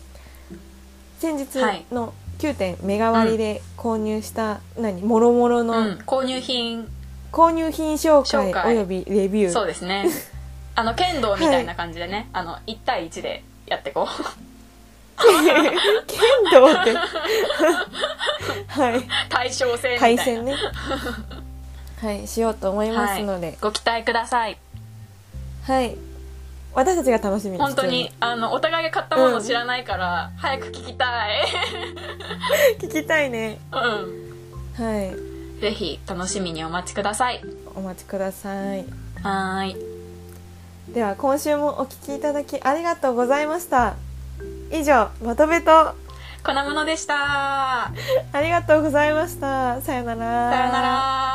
Speaker 2: 先
Speaker 1: はい
Speaker 2: 日の9点目代わりで購入した、何もろもろ
Speaker 1: う
Speaker 2: の、
Speaker 1: ん購入品
Speaker 2: 購入品紹介
Speaker 1: 紹介
Speaker 2: およびレビュー
Speaker 1: そうですねあの剣道みたいな感じでね、あの1対1でやってこう
Speaker 2: 剣道ってはい
Speaker 1: 対称戦みたい
Speaker 2: 対
Speaker 1: な
Speaker 2: 戦ねはいしようと思いますの
Speaker 1: はい
Speaker 2: で、
Speaker 1: ご期待ください
Speaker 2: はい、私たちが楽しみです
Speaker 1: 本当にあのお互いが買ったもの知らないから、早く聞きたい
Speaker 2: 普通に聞きたいね
Speaker 1: う
Speaker 2: はい
Speaker 1: んぜひ楽しみにお待ちください
Speaker 2: お待ちください
Speaker 1: はーい
Speaker 2: では今週もお聞きいただきありがとうございました以上まとめとあ
Speaker 1: こんなものでした
Speaker 2: りがとうございましたさよなら
Speaker 1: さようなら